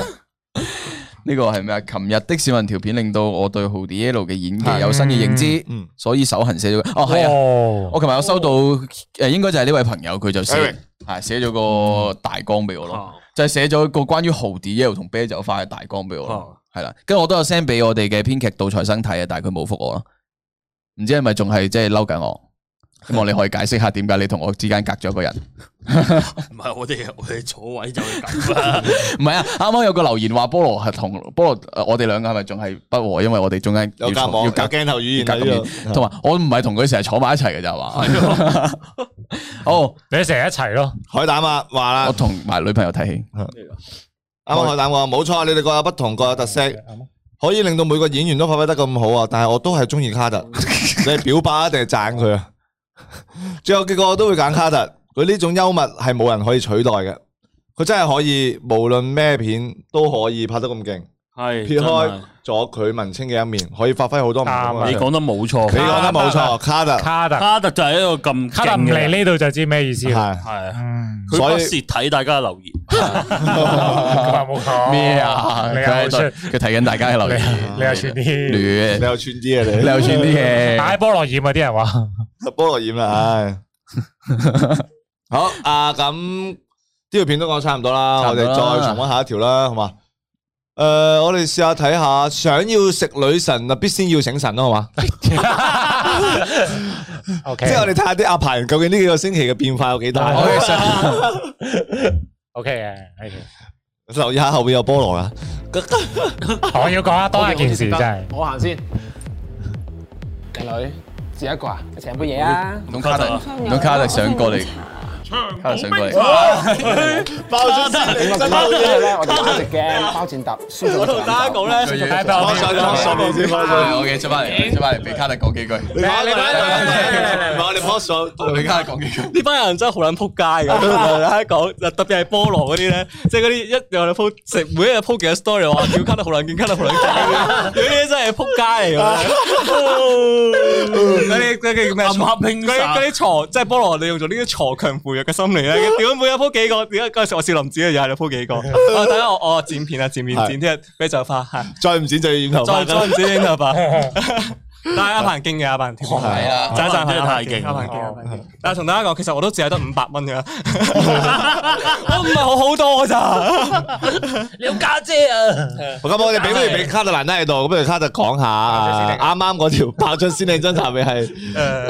呢個係咩啊？琴日的市民條片令到我對豪迪耶路嘅演技有新嘅認知，嗯嗯所以手痕寫咗佢。哦，係啊，哦，我琴日有收到誒，應該就係呢位朋友佢就寫 Eric 係寫咗個大綱俾我咯，就係寫咗個關於豪迪耶路同啤酒花嘅大綱俾我咯，係啦。跟住我都有 send 俾我哋嘅編劇杜財生睇啊，但係佢冇覆我咯，唔知係咪仲係即係嬲緊我？希望你可以解釋下點解你同我之間隔咗一個人。唔係我哋我哋坐位就係 [LAUGHS] 咁啊。唔係啊，啱啱有個留言話菠蘿係同菠蘿，呃我哋兩個係咪仲係不和？因為我哋中間要 [LAUGHS] 有夾重網，要有隔鏡頭語要言隔喺咁呢遠，度。同埋我唔係同佢成日坐埋一齊嘅咋嘛。哦，你成日一齊咯， [LAUGHS] 海膽啊，話啦啊我，同埋女朋友睇戲，啱啱海膽話冇錯，你哋各有不同，各有特色，啊可以令到每個演員都發揮得咁好啊！但係我都係中意卡特， [LAUGHS] 你係表白啊定係讚佢啊？最後結果我都會揀卡特，佢呢種幽默係冇人可以取代嘅，佢真係可以無論咩片都可以拍得咁勁，係撇開真係咗佢文青嘅一面，可以發揮好多唔同啱啊嘅。你講得冇錯你，講得冇錯，卡特卡特卡特就係一個咁卡特唔勁嘅嚟人，呢度就知咩意思啦。係係啊，嗯，佢所以不時睇大家嘅 [LAUGHS] 留言，咁啊冇講咩啊？哦你佢又喺度，佢出，睇緊大家嘅留言，你又串啲，你亂，有串啲啊 [LAUGHS] 你你，又串啲打嘅。菠蘿染啊！啲人話菠蘿染 [LAUGHS] 啦，唉，好啊，咁呢條片都講差唔多啦，差唔我多哋啦再重温下一條啦，好嘛？诶、我哋試下睇下，想要食女神啊，必先要醒神咯，好 [LAUGHS] 嘛？ ，O K 即係我哋睇下啲阿排人究竟呢幾個星期嘅變化有幾 [LAUGHS] 大。好嘅 O K [LAUGHS] 留意下後面有菠蘿啊啦，嘅，我要講一多一件事真係，我行先。靚女，自己一個啊？請杯嘢啊！咁卡特，咁卡特想過嚟，卡特想過嚟。爆咗先，咁呢啲嘢咧，我哋玩隻 game 包剪揼，輸咗就大家講咧，拜拜我上我上面先，我嘅出翻嚟，出翻嚟俾卡特講幾句，你講你講我哋 pause 咗，俾卡特講幾句。呢班人真係好撚撲街㗎，同大家講，特別係菠蘿嗰啲咧，即係嗰啲一有你 po 食每一日 po 幾個 story 話叫卡得好撚勁，卡得好撚勁，嗰啲真係撲街嚟㗎。嗰啲嗰啲叫咩？暗黑拼嗰啲嗰啲鋤，即係菠蘿，你用咗呢啲鋤強扶弱嘅心理咧。屌每日 po 幾個，點解嗰陣時我少林寺又係你 po 幾個？啊，等下我我剪片啊，剪片係剪啲啤酒花，係再唔剪就要染頭再髮再唔剪影頭 [LAUGHS] 髮。但係阿鵬勁嘅，阿鵬條片係啊，真係太勁，但係同大家講，其實我都只係得五百蚊㗎，我唔係好好多㗎咋。你有家姐啊？咁我哋俾不如俾卡特蘭德喺度，咁不如卡特講下啱啱嗰條爆出先令真查咪係誒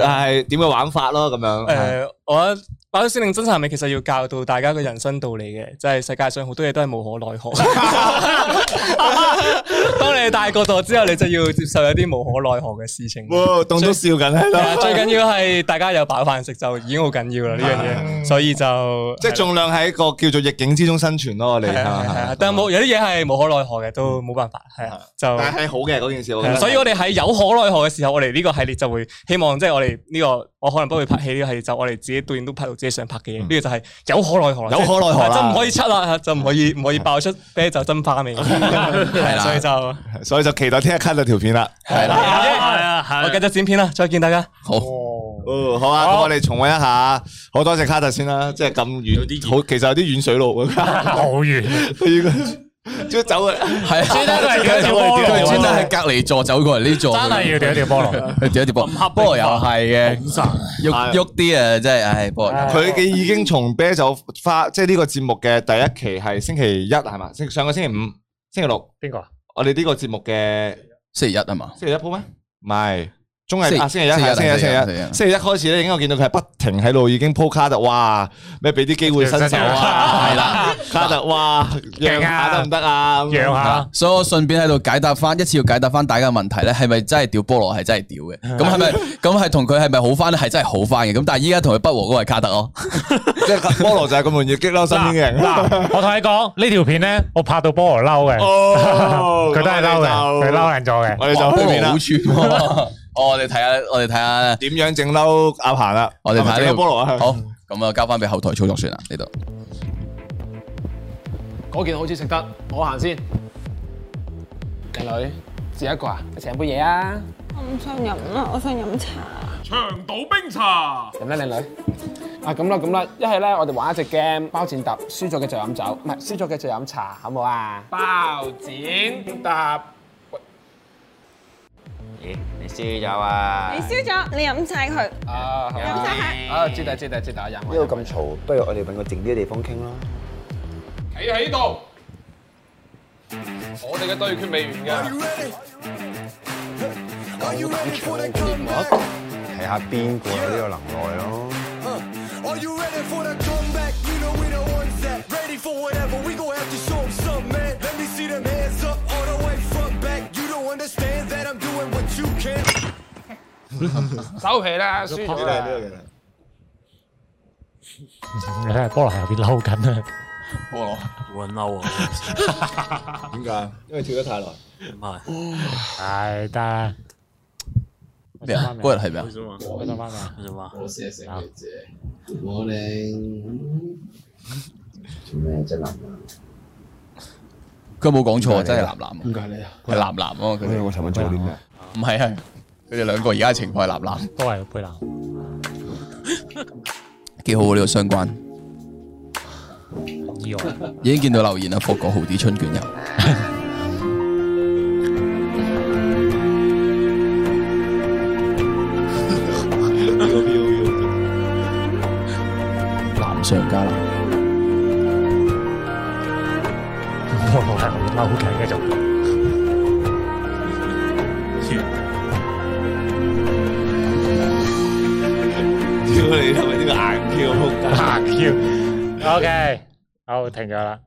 係點嘅玩法咯，咁樣。誒，我覺得。爆咗先令真茶味，其實要教導大家嘅人生道理嘅，就係世界上好多嘢都係無可奈何。當你大個咗之後，你就要接受一啲無可奈何嘅事情。哇，當都笑緊喺係啊度。最緊要係大家有飽飯食就已經好緊要啦呢樣嘢，所以就即係盡量喺一個叫做逆境之中生存咯，我哋係啊係啊係啊，但係冇有啲嘢係無可奈何嘅，都冇辦法，係啊，就但係好嘅嗰件事我覺係啊得，所以我哋喺有可奈何嘅時候，我哋呢個系列就會希望即係我哋呢個我可能不會拍戲呢個系列，就我哋自己導演都拍到自己想拍嘅嘢，呢個就係有可奈何啦，有可奈何啦就唔可以出啦，就唔可以唔可以爆出啤酒真花味，係啦，所以就。所以就期待聽日 cut 咗條片啦。系啦，系啊，我繼續剪片啦，再見大家。好，哦，好啊，咁我哋重温一下，好多謝卡特先啦，即係咁遠，好，其實有啲遠水路㗎，好遠，佢要佢走啊，係專登佢嚟係條菠蘿專登喺隔離座走過嚟呢座，真係要掉一條菠蘿，佢掉一條菠蘿，菠蘿又係嘅，喐喐啲啊，真係，唉，菠蘿，啊佢嘅已經從啤酒花，即係呢個節目嘅第一期係星期一係嘛？星上個星期五、星期六邊個啊？我哋呢個節目嘅星期一係嘛？星期一鋪咩？唔係，中星係期啊，星期一，星期一係星期一，星期星期一，一啊星期一開始咧，已經我見到佢係不停喺度已經鋪卡特，哇！咩俾啲機會新手啊， [LAUGHS] 係啦，卡特哇，讓下得唔得啊？咁樣啊，所以我順便喺度解答翻，一次要解答翻大家嘅問題咧，係咪真係掉菠蘿係真係屌嘅？咁係咪咁係同佢係咪好翻咧？係真係好翻嘅。咁但係依家同佢不和嗰個係卡特咯，即係菠蘿就係咁容易激嬲身邊嘅人。嗱，我同你講呢條片咧，我拍到菠蘿嬲嘅，哦 [LAUGHS] 佢都係嬲嘅，佢嬲人咗嘅。我哋就去面啦。哦，我哋睇下，我哋睇下點樣整嬲阿鵬啦。我哋睇下呢係咪整個個菠蘿啊好，咁啊交翻俾後台操作算啦，呢度。嗰件好似食得，我行先。繼女，自己一個啊？請杯嘢啊！我唔想飲啦，我想飲茶。長島冰茶。咁啦，靚女。啊，咁啦，咁啦，一係咧，我哋玩一隻 game，包剪揼，輸咗嘅就飲酒，唔係輸咗嘅就飲茶，好唔好啊？包剪揼。咦，你輸咗啊你！燒咗，你飲晒佢。啊，飲晒佢。啊，知道知道知道，飲。呢度咁嘈，不如我哋揾個靜啲嘅地方傾啦。企喺度，我哋嘅對決未完㗎。睇下邊個有呢個能耐咯。 [LAUGHS] 收皮啦，輸咗啦。 [LAUGHS] 你睇下菠蘿喺入邊嬲緊啊！菠蘿，好撚嬲啊！點解？因為跳得太耐。唔係，係得。咩啊嗰日係咩啊我想翻嚟，我想翻。我先食嘅啫。我哋做咩啫？男人佢冇講錯，真係男男。點解你啊？係男男咯，佢哋。我尋日做啲咩？唔係啊，佢哋兩個而家嘅情況係男男，都係配男。幾好啊呢個相關。意外。已經見到留言啦，霍過豪啲春卷油。男上加男，菠蘿喺入邊嬲緊嘅仲。跳你係咪呢個硬跳？硬跳。O K，好停咗啦。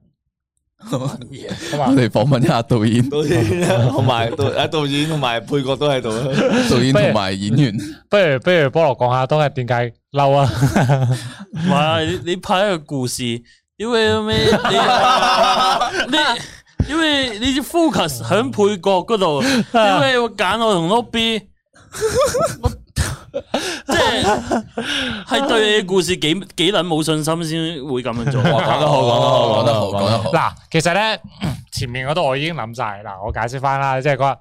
我哋訪問一下導演，導演 [LAUGHS] 同埋導啊導演同埋配角都喺度啊啦。導演同埋演員。不如不如菠蘿講下當日點解嬲啊？唔係你你拍一個故事，因為咩？你你因為你 focus 喺配角嗰度，因為我揀我同 Lobby，我即係係對你嘅故事幾幾撚冇信心先會咁樣做。哇 [LAUGHS] 講得好講得好講得好講得哦好嗱，其實咧 [CLEARS THROAT] 前面嗰度我已經諗晒，嗱，我解釋翻啦，即係嗰日。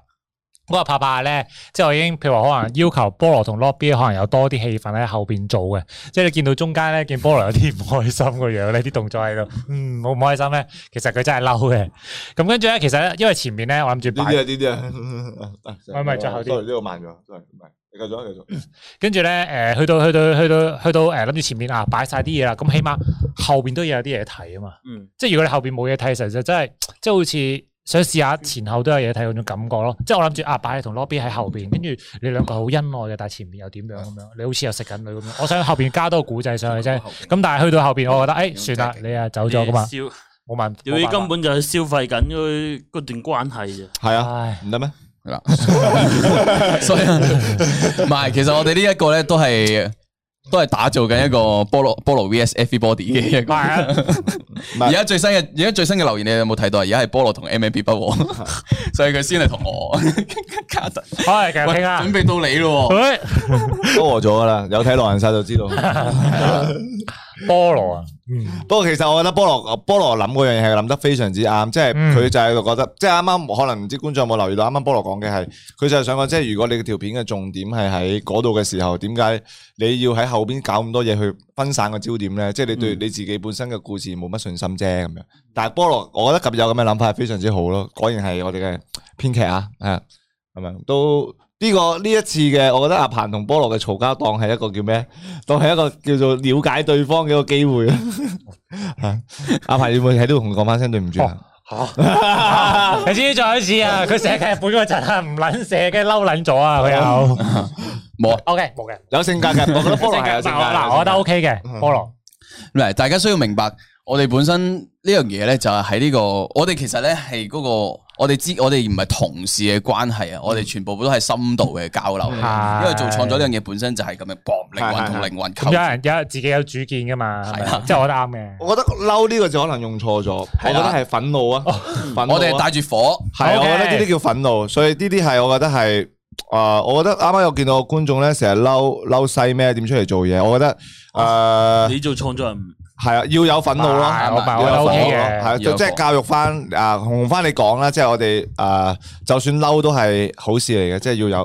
嗰日拍拍咧，啊即係我已經譬如話，可能要求菠蘿同 lobby 可能有多啲氣氛喺後邊做嘅，即係你見到中間咧，見菠蘿有啲唔開心個樣咧，啲動作喺度，嗯，好唔開心咧，其實佢真係嬲嘅。咁跟住咧，其實咧，因為前面咧，我諗住呢擺啲啊， [LAUGHS] 呢啲啊啊，唔係唔係最後啲 sorry，呢個慢咗，sorry，唔係，你繼續啊，繼續。跟住咧，誒去到去到去到去到誒諗住前面啊擺晒啲嘢啦，咁起碼後邊都有啲嘢睇啊嘛。嗯，即係如果你後邊冇嘢睇嘅時候，就真係即係好似想試下前後都有嘢睇嗰種感覺咯。即係我諗住啊，擺你同 lobby 喺後邊，跟住你兩個好恩愛嘅，但係前面又點樣咁哦樣？你好似又食緊女咁樣。我想後邊加多個古仔上去啫。咁但係去到後邊，我覺得誒算啦，你啊走咗噶嘛，消冇問屌你冇辦法根本就係消費緊嗰嗰段關係啫。係啊，唔得咩？嗱， [LAUGHS] 所以唔係，其實我哋呢一個咧都係都係打造緊一個菠蘿菠蘿 VS Everybody 嘅一個。啊而家最新嘅而家最新嘅留言你有冇睇到啊？而家係菠蘿同 M M B 不和， [LAUGHS] 所以佢先嚟同我。卡特，好，繼續傾啊，準備到你咯喎。哎都和咗噶啦，有睇狼人殺就知道。 [LAUGHS] 菠蘿啊，不過其實我覺得菠蘿菠蘿諗嗰樣嘢係諗得非常之啱，即係嗯佢就係覺得，即係啱啱可能唔知觀眾有冇留意到，啱啱菠蘿講嘅係，佢就係想講，即係如果你條片嘅重點係喺嗰度嘅時候，點解你要喺後邊搞咁多嘢去分散個焦點咧？即係你嗯對你自己本身嘅故事冇乜信心啫咁樣。但係菠蘿，我覺得咁有咁嘅諗法係非常之好咯，果然係我哋嘅編劇啊，係啊咁樣都。呢、個呢一次嘅，我覺得阿鵬同菠蘿嘅嘈交當係一個叫咩？當係一個叫做了解對方嘅一個機會啊！ [LAUGHS] 阿鵬，你會喺度同佢講翻聲對唔住啊？哦你知唔知再一次啊？佢寫劇本嗰陣啊，唔撚寫嘅嬲撚咗啊！佢有冇啊，OK 冇嘅，哦有性格 [LAUGHS] 嘅，我覺得菠蘿係有性格嘅。嗯嗱，我覺得 OK 嘅菠蘿。嗱，大家需要明白，我哋本身呢樣嘢咧就係喺呢個，我哋其實咧係嗰個，我哋知我哋唔係同事嘅關係啊，我哋全部都係深度嘅交流，係因為做創作呢樣嘢本身就係咁樣搏靈魂同靈魂溝咁通。有人有自己有主見噶嘛，係啊咪啊即係我覺得啱嘅。 [LAUGHS] 我覺得嬲呢個字可能用錯咗，我覺得係憤怒啊！憤怒啊哦我哋係帶住火，係，啊我覺得呢啲叫憤怒，所以呢啲係我覺得係啊、我覺得啱啱有見到個觀眾咧，成日嬲嬲西咩點出嚟做嘢，我覺得呃誒。你做創作人，係啊，要有憤怒咯，係我明要有我覺憤得 OK 怒咯，嘅係啊要有即係教育翻啊，同翻你講啦，即係我哋啊，就算嬲都係好事嚟嘅，即係要有要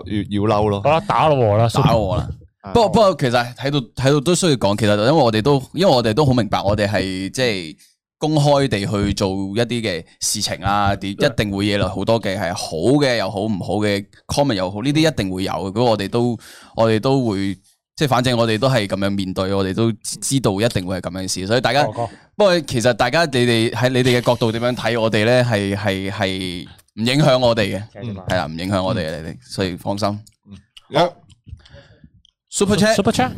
要嬲咯。好啦，打咯我啦，打我啦。不過不過，其實喺度喺度都需要講，其實因為我哋都因為我哋都好明白，我哋係即係公開地去做一啲嘅事情啊，啲一定會惹來好多嘅係好嘅又好，唔好嘅 comment 又好，呢啲一定會有嘅。咁我哋都我哋都會即係，反正我哋都係咁樣面對，我哋都知道一定會係咁樣嘅事，所以大家。不過其實大家你哋喺你哋嘅角度點樣睇我哋咧，係係係唔影響我哋嘅，嗯係啦，唔影響我哋嘅，你哋所以放心。Super Chat，Super Chat，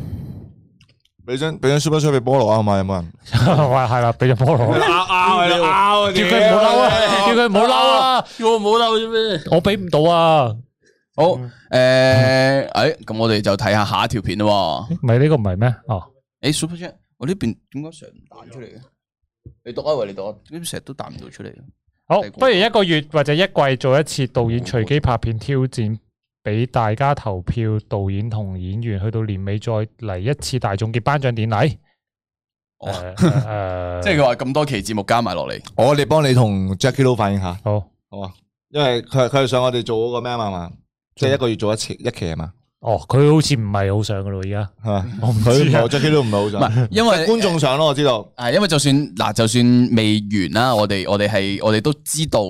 俾張俾張 super chat 俾菠蘿啊，好嘛？有冇人？ [LAUGHS] 喂，係啦，俾咗菠蘿啦，拗你拗叫佢唔好嬲啊，叫佢唔好嬲啊，叫我唔好嬲啫咩？我俾唔到啊。好，嗯诶，诶，咁我哋就睇下下一條片咯喎。唔係呢個唔係咩？哦，诶，Super Chat，我呢邊點解成日彈出嚟嘅？你讀啊，喂，你讀啊，呢邊成日都彈唔到出嚟嘅。好，不如一個月或者一季做一次導演隨機拍片挑戰，俾大家投票導演同演員，去到年尾再嚟一次大總結頒獎典禮。誒哦 [LAUGHS] 即係佢話咁多期節目加埋落嚟，我哋幫你同 Jackie Lou 反映下，好，好啊，因為佢佢係想我哋做嗰個咩啊嘛，即係一個月做一次一期係嘛，哦，佢好似唔係好想噶咯，而家係嘛？我唔佢知啊唔 Jackie Lou 唔係好係想，因為觀眾想咯，我知道。係因為就算嗱，就算未完啦，我哋我哋係我哋都知道。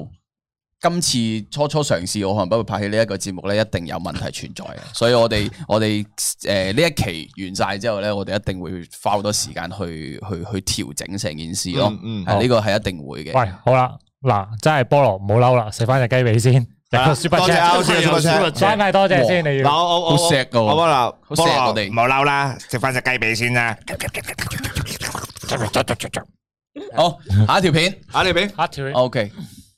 今次初初嘗試，我可能不會拍起呢一個節目咧，一定有問題存 [LAUGHS] 在嘅，所以我哋我哋誒呢一期完晒之後咧，我哋一定會花好多時間去去去調整成件事咯。嗯嗯係呢個係一定會嘅。喂，好啦，嗱，真係菠蘿，唔好嬲啦，食翻只雞髀先。有個 super 多謝 chat，歐少嘅 super chat 真係多謝先，你要嗱我我我我幫啦，菠蘿唔好嬲啦，食翻只雞髀先啦。好，下一條片，下一條片，下一條片 OK，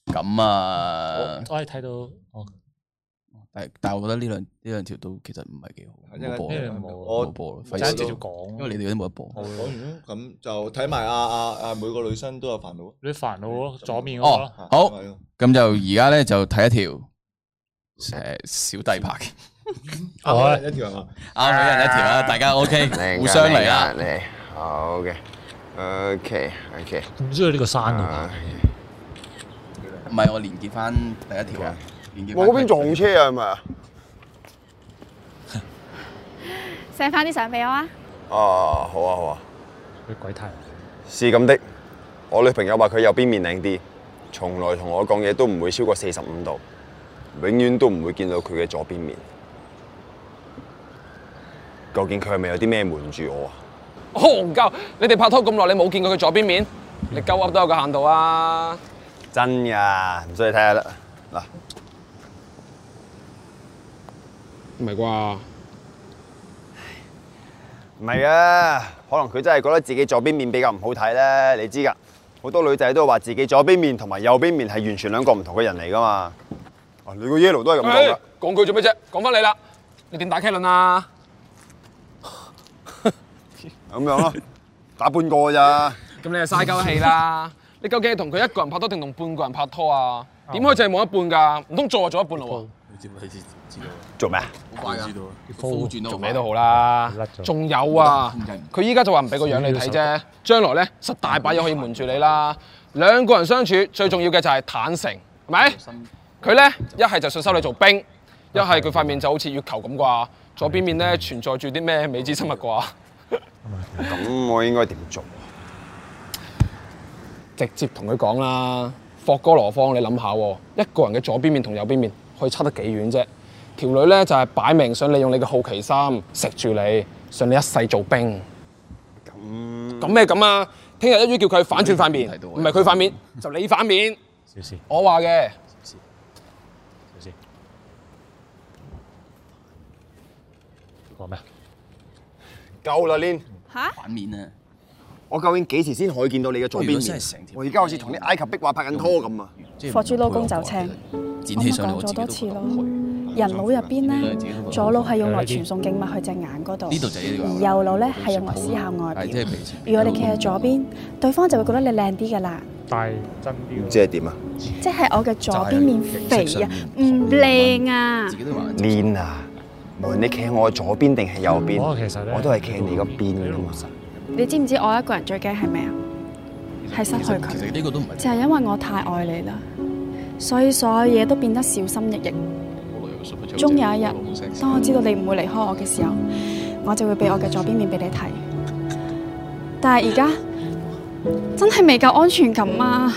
咁啊，我係睇到，哦但但係我覺得呢兩呢兩條都其實唔係幾好，冇播呢啦，兩冇啊冇播啦，費就事係直接講因為你哋都冇得播。講完啦，咁就睇埋阿阿阿每個女生都有煩惱。你煩惱咯，左面嗰個哦咯，好，咁就而家咧就睇一條誒小弟拍 [LAUGHS] 嘅，好啊一條係啊嘛？啊啱每啊人一條啦，大家 OK，互相嚟啦。你好嘅，OK OK。唔知佢呢個山啊？唔係我連結翻第一條啊，連結我返嗰邊撞車啊，係咪啊？ send 翻啲相俾我啊！哦，好啊好啊。佢鬼太是咁的，我女朋友話佢右邊面靚啲，從來同我講嘢都唔會超過四十五度，永遠都唔會見到佢嘅左邊面。究竟佢係咪有啲咩瞞住我啊？戇鳩！你哋拍拖咁耐，你冇見過佢左邊面？你鳩噏都有個限度啊！真噶，唔信你睇下啦。嗱，唔係啩？唔係啊，可能佢真係覺得自己左邊面比較唔好睇咧，你知㗎。好多女仔都話自己左邊面同埋右邊面係完全兩個唔同嘅人嚟㗎嘛。啊，你個 yellow 都係咁講㗎唉。講句做咩啫？講翻你啦，你點打 K 輪啊？咁樣咯，打半個㗎咋。咁你就嘥鳩氣啦！你究竟係同佢一個人拍拖定同半個人拍拖啊？點可以淨係望一半㗎？唔通做就做一半咯你知唔知知道？做咩啊？好知道啊，喎？做咩都好啦，仲有啊！佢依家就話唔俾個樣你睇啫，將來咧實大把嘢可以瞞住你啦。兩個人相處最重要嘅就係坦誠，係咪？佢咧一係就想收你做兵，一係佢塊面就好似月球咁啩，左邊面咧存在住啲咩未知生物啩？咁我應該點做？直接同佢講啦。霍哥羅芳，你諗下喎，一個人嘅左邊面同右邊面可以差得幾遠啫？條女咧就係、擺明想利用你嘅好奇心食住你，想你一世做兵。咁咁咩咁啊？聽日一於叫佢反轉塊面，唔係佢塊面就你反面。小事，我話嘅。小事。講咩？啊夠啦，Lin。嚇？反面啊！我究竟幾時先可以見到你嘅左邊如果真面係成？我而家好似同啲埃及壁畫拍緊拖咁啊！佛珠老公就青，剪我咪起上嚟講我咗自己多都次咯。人腦入邊咧，左腦係用來傳送景物去隻眼嗰度，呢度就係呢個而右腦咧係用來思考外係表。即係皮前如果你企喺左邊，對方就會覺得你靚啲㗎啦。大真啲。即係點啊？即係我嘅左邊面肥啊，唔靚啊。 Lin 啊，無論你企喺我嘅左邊定係右邊，哦我其實咧我都係企喺你嗰邊㗎嘛。你知唔知我一個人最驚係咩啊？係失去佢。其實呢個都唔係就係因為我太愛你啦，所以所有嘢都變得小心翼翼。終有一日，當我知道你唔會離開我嘅時候，我就會俾我嘅左邊面俾你睇。但係 [LAUGHS] 而家真係未夠安全感啊！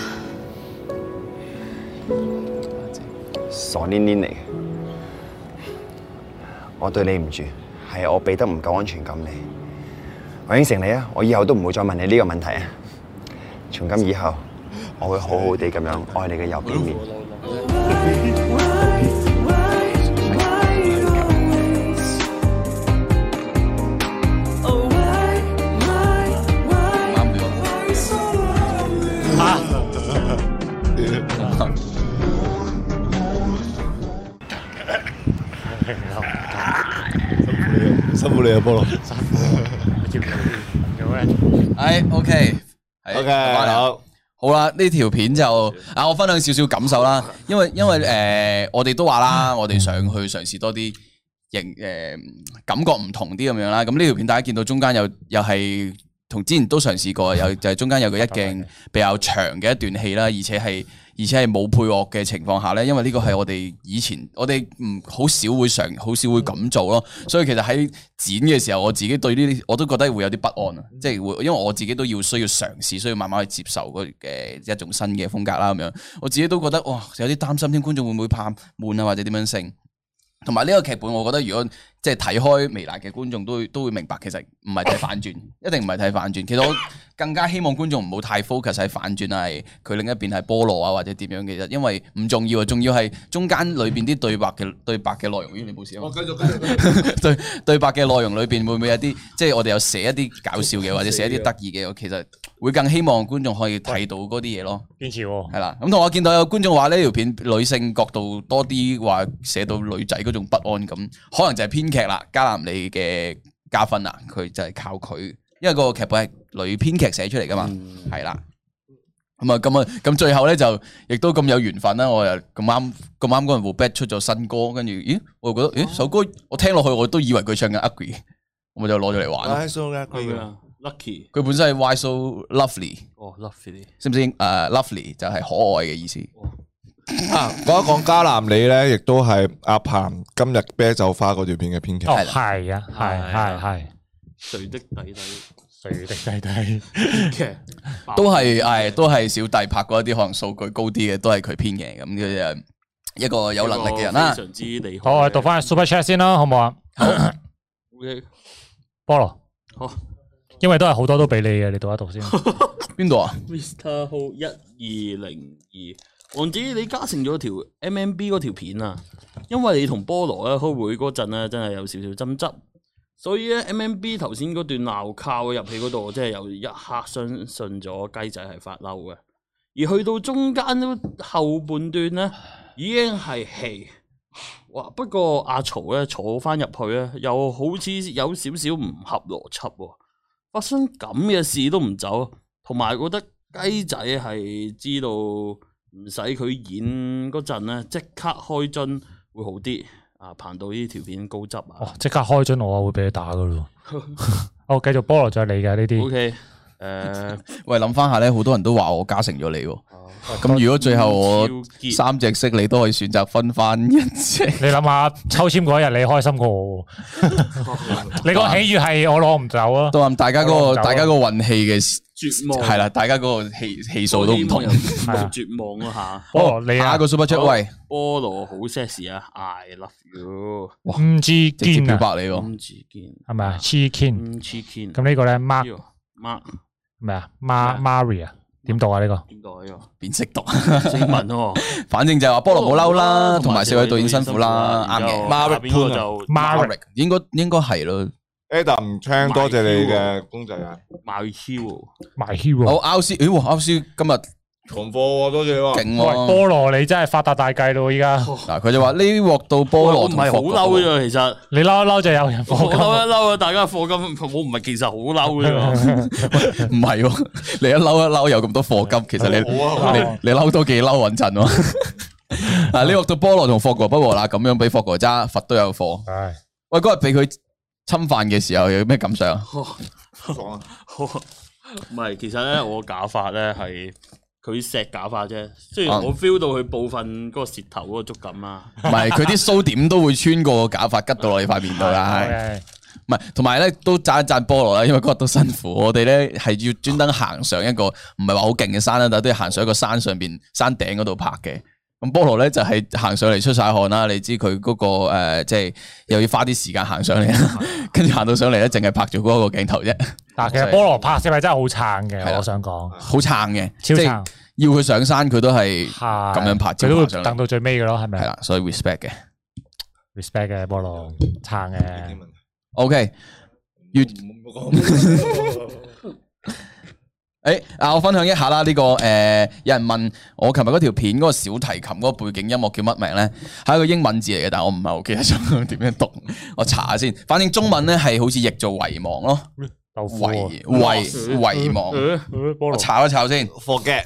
傻 Lin Lin 嚟嘅，我對你唔住，係啊我俾得唔夠安全感你。我應承你啊，我以後都唔會再問你呢個問題啊。從今以後，我會好好地咁樣愛你嘅右邊面。辛苦你啊，菠蘿。唉，OK， OK，好。好啦，呢條片就啊，我分享少少感受啦，因為因為诶、呃我哋都話啦，我哋想去嘗試多啲形诶、感覺唔同啲咁樣啦。咁呢條片大家見到中間有又係同之前都嘗試過， [LAUGHS] 有就係中間有個一鏡比較長嘅一段戲啦，而且係而且係冇配樂嘅情況下咧，因為呢個係我哋以前我哋唔好少會常好少會咁做咯，所以其實喺剪嘅時候，我自己對呢啲我都覺得會有啲不安啊，即係會因為我自己都要需要嘗試，需要慢慢去接受嗰嘅一種新嘅風格啦咁樣，我自己都覺得哇有啲擔心添，觀眾會唔會怕悶啊或者點樣性？同埋呢個劇本，我覺得如果即係睇開微辣嘅觀眾都會都會明白，其實唔係睇反轉，一定唔係睇反轉。其實我更加希望觀眾唔好太 focus 喺反轉係佢另一邊係菠蘿啊或者點樣嘅啫，因為唔重要啊，重要係中間裏邊啲對白嘅對白嘅內容。咦，你冇 [LAUGHS] 事啊嘛？對對白嘅內容裏邊會唔會有啲即係我哋有寫一啲搞笑嘅或者寫一啲得意嘅，我其實會更希望觀眾可以睇到嗰啲嘢咯。堅持喎。係啦，咁同我見到有觀眾話呢條片女性角度多啲，話寫到女仔嗰種不安感，可能就係編劇啦，加南你嘅加分啦，佢就係靠佢，因為個劇本係女編劇寫出嚟噶嘛，係啦、咁啊，咁啊，咁最後咧就亦都咁有緣分啦！我又咁啱咁啱嗰陣 w b e t 出咗新歌，跟住咦，我就覺得咦首歌我聽落去我都以為佢唱緊 Ugly，我就攞咗嚟啊玩。 Lucky，佢本身係 Why So Lovely，哦，Lucky，識唔識？誒、Lovely 啊就係可愛嘅意思。 [LAUGHS] 哦啊，講一講加南里咧，亦都係阿彭今日啤酒花嗰段片嘅編劇。哦，係啊，係係係，誰的弟弟？誰的弟弟？嘅 [COUGHS] 都係誒，都係小弟拍過一啲可能數據高啲嘅，都係佢編嘅。咁佢就一個有能力嘅人啦非。常之厲害。好，我哋讀翻 Super Chat 先啦，好唔好啊？ OK， [COUGHS] 菠蘿，好。因為都係好多都俾你嘅，你讀一讀先。邊度啊？ Mr. Ho 一二零二，王子你加成咗條 MMB 嗰條片啊，因為你同菠蘿咧開會嗰陣咧，真係有少少爭執，所以咧 MMB 頭先嗰段鬧交入戲嗰度，我真係有一刻相信咗雞仔係發嬲嘅，而去到中間嗰後半段咧，已經係戲。哇！不過阿曹咧坐翻入去咧，又好似有少少唔合邏輯喎。發生咁嘅事都唔走，啊同埋覺得雞仔係知道唔使佢演嗰陣咧，即刻開樽會好啲。啊，彭導呢條片高質啊！即刻開樽我啊，會俾佢打噶咯。哦，繼續菠蘿再你嘅呢啲。 O K，誒，哦喂，諗翻下咧，好多人都話我加成咗你喎。咁如果最後我三隻色你都可以選擇分翻一隻，你諗下抽籤嗰日你開心過我喎，你個喜悦係我攞唔走啊！都話大家我攞嗰唔個走啊大家個運氣嘅絕望係啦，大家嗰個氣氣數都唔 [LAUGHS] 同。冇絕望啊吓！哦你啊下一個 Super Chat，喂，菠蘿好 sexy 啊！I love you，唔知直接堅啊，表白你喎唔知堅係咪啊？黐堅，唔黐堅。咁呢個咧，Mark 媽咩啊？Mar Maria 點讀啊？呢個點讀呢個？[LAUGHS] 變識讀，英文喎。 [LAUGHS] 哦反正就係話菠蘿冇嬲啦，同埋四位導演辛苦啦，啱然嘅。之後下邊嗰個就 Mark Mark 應該應該係咯。 Adam 昌，多謝你嘅公仔啊！賣 hero，賣 hero 好 R C，咦哇，R C 今日重貨喎，多謝你喎。勁喂，喎。菠蘿你真係發達大計咯！依家 [LAUGHS] 嗱，佢就話呢鑊到菠喂蘿同我唔係好嬲啊啫其實你嬲一嬲就有人我放金。嬲一嬲啊！大家課金，我唔係其實好嬲 [LAUGHS] [LAUGHS] 嘅喎。唔係喎，你一嬲一嬲有咁多課金，其實你好啊你你嬲多幾嬲穩陣喎。啊，呢鑊到菠蘿同霍哥不和啦，咁樣俾霍哥揸，罰都有貨。喂，嗰日俾佢侵犯嘅時候有咩感想啊？ [LAUGHS] 唔係，其實咧，我假髮咧係佢錫假髮啫。雖然我 feel 到佢部分嗰個舌頭嗰個觸感啊，唔係佢啲鬚點都會穿過個假髮，拮到落你塊面度啦。係唔係，同埋咧都讚一讚菠蘿啦，因為嗰日都辛 [LAUGHS] 苦。我哋咧係要專登行上一個唔係話好勁嘅山啊啦，但係都要行上一個山上邊山頂嗰度拍嘅。咁菠蘿咧就係、行上嚟出晒汗啦，你知佢嗰、個、呃、即係又要花啲時間行上嚟啦，跟住行到上嚟咧，淨係拍住嗰個鏡頭啫。嗱， [LAUGHS] 其實菠蘿拍攝係真係好撐嘅，我想講。好撐嘅，即超撐係要佢上山，佢都係係咁樣拍，佢都照會拍上嚟等到最尾嘅咯，係咪？係啦，所以 respect 嘅，respect 嘅菠蘿撐嘅。 OK，越诶，啊，我分享一下啦，呢、個个呃有人問我琴日嗰條片嗰個小提琴嗰個背景音樂叫乜名咧？係一個英文字嚟嘅，但我唔係好記得咗點樣讀，我查下先。反正中文咧係好似譯做遺忘咯，豆腐遺遺遺忘。我查一查先，forget。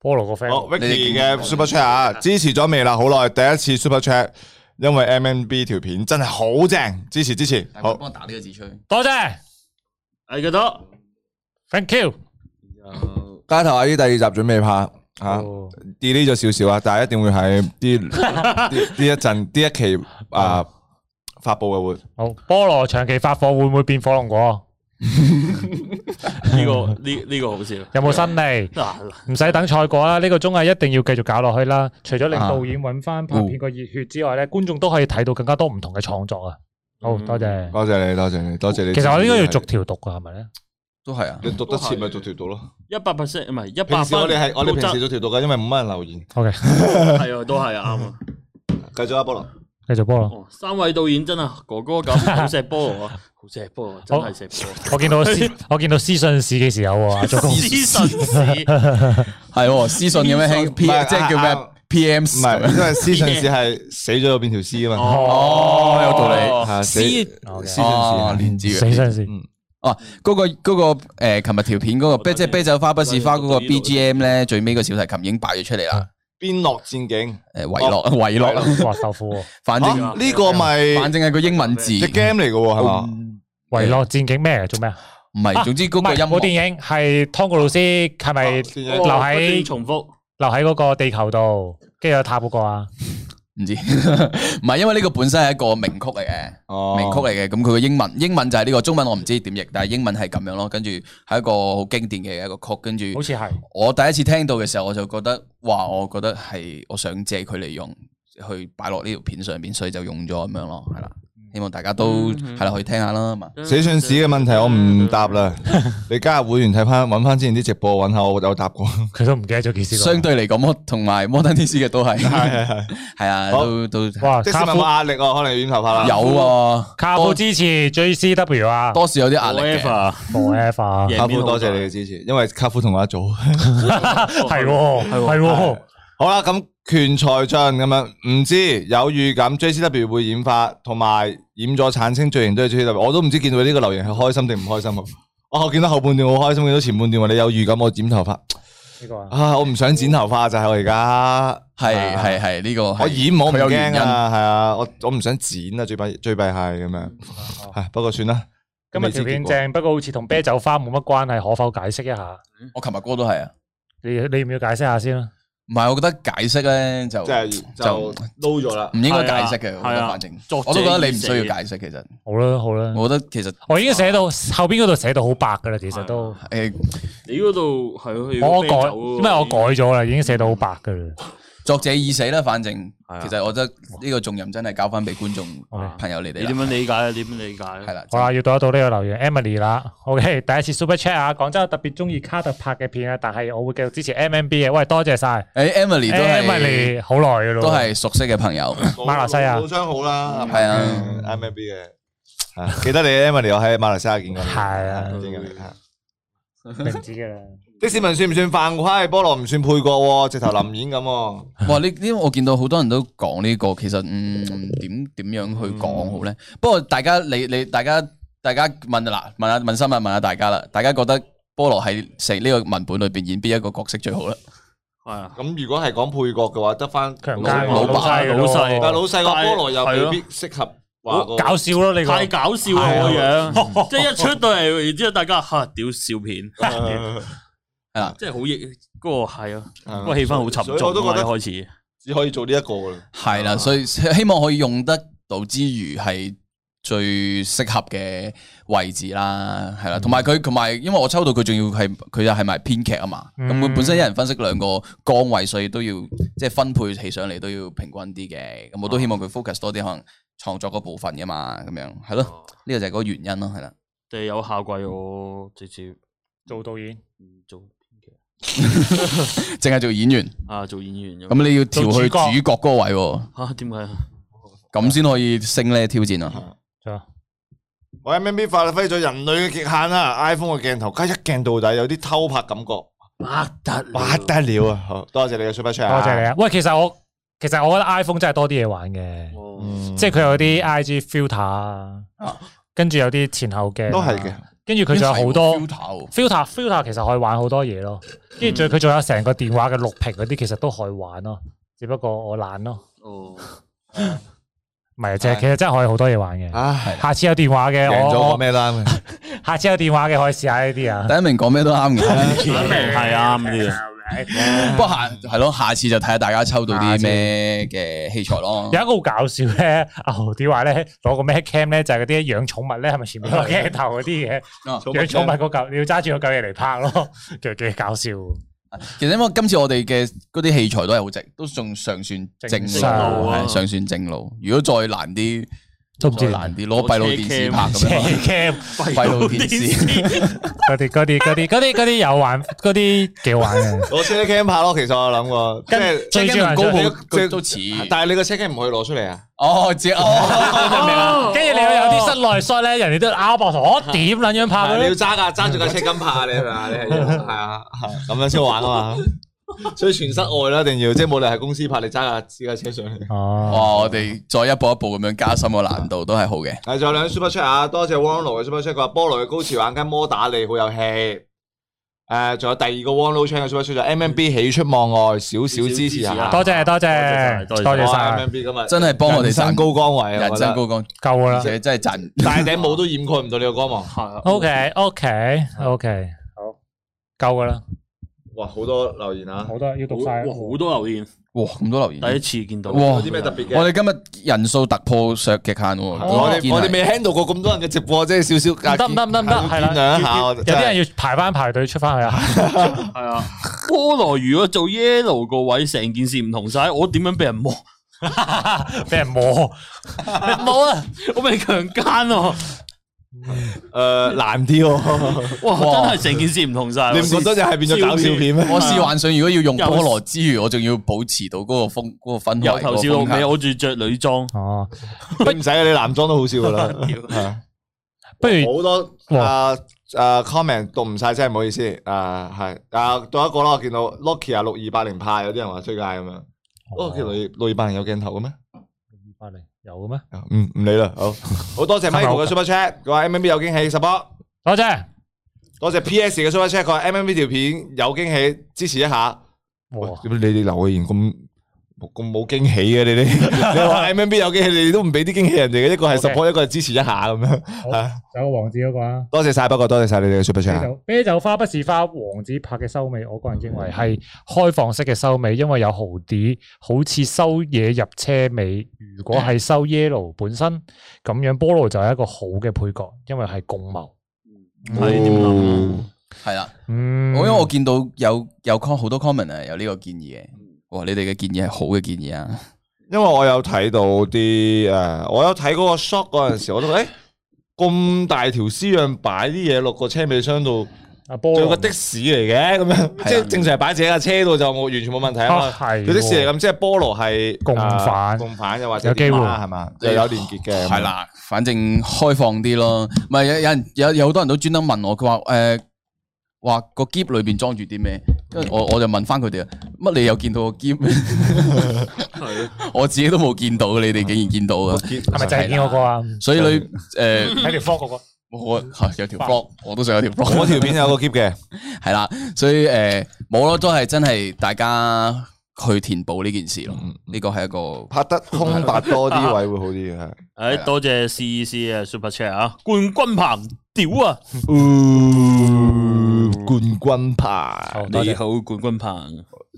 菠蘿個 friend，好 Vicky 嘅 Super Chat 啊， [LAUGHS] 支持咗未啦？好耐，第一次 Super Chat，因為 M N B 條片真係好正，支持支持。好，我打呢個字出去。多謝，係幾多？Thank you。街頭阿姨第二集準備拍吓，delete 咗少少啊，但係一定會喺啲呢呢一陣呢一 à, 期 Ờ. 啊發布嘅會。好，菠蘿長期發貨會唔會變火龍果？ [LAUGHS] 呢個呢呢個好笑。有冇新利？嗱唔使等賽果啦，呢個綜藝一定要繼續搞落去啦。除咗令啊導演揾翻拍哦片個熱血之外咧，觀眾都可以睇到更加多唔同嘅創作啊！好嗯多哦謝。多謝你，多謝你，多謝你。其實我應該要逐條讀噶，係咪咧？都 à? 係啊，你讀得切咪逐條讀咯。一百 percent 唔係一百平時分。我哋係我哋平時逐都條讀嘅，因為冇乜人留言。 OK，係啊，都係啊，啱啊。繼續啊，菠蘿。繼續菠蘿。三位導演真係哥哥咁好錫菠蘿啊，好錫菠蘿，真係錫菠蘿。我 [LAUGHS] 見 [LAUGHS] 到私我見到私信市幾時有喎？阿祖公私信市係喎，私信有咩輕 P，唔係即係叫啊咩 P M？唔唔係，因為私信市係死咗有邊條屍啊嘛。哦有道理啊哦係死私私信市哦係連接死信市。哦，嗰、個嗰、個誒，琴日條片嗰、個啤即係啤酒花不是花嗰個 BGM 咧，最尾個小提琴已經擺咗出嚟啦。邊落戰境？誒，遺哦落遺落，哇，豆腐喎！反正啊呢個咪反正係個英文字隻 game 嚟嘅喎，係嘛？遺落戰警咩嚟？做咩啊？唔係啊總之嗰個唔係音樂部電影係湯告老師係咪留不斷喺重複？留喺嗰個地球度，跟住有塔嗰 [LAUGHS] 個啊？唔知，唔係因為呢個本身係一個名曲嚟嘅，哦名曲嚟嘅。咁佢個英文英文就係呢個，中文我唔知點譯，但係英文係咁樣咯。跟住係一個好經典嘅一個曲，跟住好似係我第一次聽到嘅時候，我就覺得哇，我覺得係我想借佢嚟用，去擺落呢條片上邊，所以就用咗咁樣咯，係啦。嗯希望大家都係啦，去聽下啦嘛。寫信史嘅問題我唔答 [LAUGHS] 啦，你加入會員睇翻，揾翻之前啲直播，揾下我有答過。佢都唔記得咗幾時相對嚟講，摩同埋摩登天師嘅都係係係 [LAUGHS] 係啊，好都都哇即使有冇壓力啊？可能染頭髮啦，有啊，卡夫支持 JCW 啊，多少有啲壓力嘅 Forever 啊卡夫多謝你嘅支持，因為卡夫同我一 [LAUGHS] 組，係喎係喎。好啦，咁拳財將咁樣，唔知有預感 JCW 會染髮，同埋染咗產生罪型都係 JCW，我都唔知見到呢個留言係開心定唔開 [LAUGHS] 心啊！哦我見到後半段好開心，見到前半段話你有預感我剪頭髮呢個啊，啊，我唔想剪頭髮就係我而家，啊係係係呢個係我染我唔佢有原因驚啊，係啊，我我唔想剪啊，最弊最弊係咁 [LAUGHS] 樣，係不過算啦。今日未知啊條片結果正，不過好似同啤酒花冇乜關係，可否解釋一下？我琴日歌都係啊。你你唔要解釋下先啊啦。唔係，我覺得解釋咧就即係就撈咗啦唔應該解釋嘅。係啊我覺係得啊反正作者我都覺得你唔已需寫要解釋，其實好啦好啦，我覺得其實我已經寫到後邊嗰度寫到好白噶啦，其實都誒，你嗰度係咯，我改，啊因為我改咗啦，已經寫到好白噶啦。作者已死啦。反正啊其實我覺得呢個重任真係交翻俾觀眾朋友你哋啦。你點樣理解啊？點樣理解？係啦，好啦，要讀一讀呢個留言，Emily 啦，OK，第一次 Super Chat 啊，廣州特別中意卡特拍嘅片啊，但係我會繼續支持 MMB 嘅，喂，多謝晒， [LAUGHS] 誒，Emily 都係 Emily 好耐噶咯，都係熟悉嘅朋友。馬來西亞老張好啦，係啊，MMB 嘅，啊記得你 Emily 我喺馬來西亞見過你，係啊，見過你係明知噶啦。的士文算唔算犯規？菠蘿唔算配角喎，直頭林演咁喎。哇！呢呢，我見到好多人都講呢個，其實嗯點點樣去講好咧？嗯不過大家你你大家大家問啦，問下問心啦，問下大家啦，大家覺得菠蘿喺成呢個文本裏邊演邊一個角色最好咧？係啊，咁如果係講配角嘅話，得翻強奸老闆老細但係老細個但係菠蘿又係未咯必適合話個搞笑咯，你個太搞笑啦係啊個 [LAUGHS] 樣，即係一出到嚟，然之後大家吓屌笑片，係啦，即係好抑嗰個係啊，啊個氣氛好沉所以重我都覺啊，得一開始只可以做呢一個啦。係啊啦，所以 [LAUGHS] 希望可以用得到之餘，係最適合嘅位置啦，係嗯啦，同埋佢同埋，因為我抽到佢仲要係佢又係埋編劇啊嘛，咁佢、嗯本身一人分析兩個崗位，所以都要即係分配起上嚟都要平均啲嘅，咁我哦都希望佢 focus 多啲可能創作嗰部分噶嘛，咁樣係哦咯，呢個就係嗰個原因咯，係啦。 [LAUGHS] 即係有下季我直接嗯做導演，做淨係做演員啊做演員咁你要調做去主角主角嗰個位喎，吓點解啊？咁先可以升呢挑戰啊！我 MMB 發揮咗人類嘅極限啦，iPhone 嘅鏡頭加一鏡到底，有啲偷拍感覺，不得了啊！好多謝你嘅 super chat，多謝你啊！喂，其實我其實我覺得 iPhone 真係多啲嘢玩嘅，哦即係佢有啲 IG filter 啊，跟住有啲前後鏡啊都係嘅跟住佢仲有好多咦係喎 filter filter 其實可以玩好多嘢咯。跟住仲佢仲有成個電話嘅錄屏嗰啲，其實都可以玩咯。只不過我懶咯，哦，唔係啊即係其實真係可以好多嘢玩唉嘅。下次有電話嘅，贏咗我個咩啦？ [LAUGHS] 下次有電話嘅可以試下呢啲啊。第一名講咩都啱嘅，第一名係啱嘅。不過下係咯，下次就睇下大家抽到啲咩嘅器材哦咯。有一個好搞笑咧，阿豪啲話咧攞個咩 cam 咧，就係嗰啲養寵物咧，係咪前面哦有個鏡頭嗰啲嘅？養寵物嗰嚿，你要揸住個嚿嘢嚟拍咯，其實幾搞笑。其實因為今次我哋嘅嗰啲器材都係好正，都仲尚算正正路，常啊係尚算正路。如果再難啲，都唔知再難啲，攞閉路電視拍咁樣。車 cam 閉啊路電視，嗰啲嗰啲嗰啲嗰啲嗰啲有玩，嗰啲幾好玩嘅。攞車 cam 拍咯，其實我諗過，即係嗯最主要係高最部都似，但係你個車 cam 唔可以攞出嚟啊！哦，知 [LAUGHS] 哦，明唔明啊？跟住你有啲室內 shot 咧，人哋都拗膊頭，我點撚樣拍嗯係啊嘅你咧要？揸架揸住架車咁拍啊你係咪啊？你 [LAUGHS] 係係啊，係咁樣先好玩啊嘛。所以全室外啦，一定要即係冇理由係公司拍，你揸架私家車上嚟。 [LAUGHS] 哇！哦我哋再一步一步咁樣加深個難度都係好嘅。係，仲有兩 super chat 啊！多謝 Warno 嘅 super chat，佢話菠蘿嘅高潮玩緊摩打你好有戲。誒，仲有第二個 Warno chat 嘅 super 嗯 chat 就 MMB 喜出望外，少少支持下。多謝多謝多謝晒 MMB 今日真係幫我哋人生省高光位啊，人生高光夠㗎啦而且真係賺。大頂帽都掩蓋唔到你個 [LAUGHS] 光芒。 OK OK OK，好夠噶啦。哇，好多留言啊！好多要讀晒哇好多留言，哇，咁多留言，第一次見到。哇！有啲咩特別嘅我哋今日人數突破削極限喎。我哋我哋未見係啊 handle 過咁多人嘅直播，即係少少啊唔得唔得唔得唔得，係啦，見諒一下要我有真啲係人要排翻排隊出翻去啊。係啊，菠蘿如果做 yellow 個位，成件事唔同晒，我點樣俾人摸？俾人摸，冇啊，我咪強奸咯。诶，难啲喎。哇！真係成件事唔同晒。你唔覺得就係變咗搞笑片咩我啊試幻想，如果要用菠蘿之餘，我仲要保持到嗰個風嗰個氛圍。由頭笑到尾，我我住着女裝。哦，唔使啊，你男裝都好笑噶啦。 [LAUGHS] 係啊不如好多啊啊 comment 讀唔晒，真係唔好意思。誒係啊，到一個啦，我見到 Nokia 六二八零派有啲人話推介咁樣。Nokia 六二六二八零有鏡頭嘅咩？八零有嘅咩？嗯唔唔理啦，好好多謝 Michael 嘅 Super Chat，佢話 M M B 有驚喜 support，多謝多謝 P S 嘅 Super Chat，佢話 M M B 條片有驚喜，支持一下。 [LAUGHS] 哇！點解你哋留嘅言咁咁冇驚喜嘅你哋？你話 M M B 有驚喜，你哋都唔俾啲驚喜人哋嘅，一個係 support，一個係支持一下咁樣。啊有個王子嗰個啊。多謝晒，不過多謝晒你哋嘅 Super 啤 Chat 酒。啤酒花不是花，王子拍嘅收尾，我個人認嗯為係開放式嘅收尾，因為有豪啲，好似收嘢入車尾。嗯如果係收 yellow 本身咁樣，菠蘿就係一個好嘅配角，因為係共謀。係點啊諗係啦，嗯我因為我見到有有 con 好多 comment 啊，有呢個建議嘅。哇，你哋嘅建議係好嘅建議啊！因為我有睇到啲诶，我有睇嗰個 shot 嗰陣時，我都诶咁大條絲樣擺啲嘢落個車尾箱度。阿波仲有個的士嚟嘅咁樣，即係正常係擺自己架車度就冇完全冇問題啊嘛啊。係喎佢的士嚟咁，即係菠蘿係共犯啊共犯又或者有機會點啊係嘛，又有連 [LAUGHS] 結嘅。[LAUGHS] 係啦，反正開放啲咯。唔係有有人有有好多人都專登問我，佢話誒話個箧裏邊裝住啲咩？嗯跟住我我就問翻佢哋啊，乜你又見到個箧？ [LAUGHS] 我自己都冇見到，你哋竟然見到啊？係咪就係見嗰個啊所以你誒喺條 flog 嗰個，我係有條 flog，我都想有條 flog。我條片有個 keep 嘅， [LAUGHS] 係啦，所以誒冇咯，都係真係大家去填補呢件事咯。嗯呢個係一個拍得空白多 [LAUGHS] [LAUGHS] 啲位會好啲嘅。诶，多謝 CEC 嘅 Super Chat 啊，冠軍棒，屌啊！呃冠軍牌，多謝你好冠軍棒，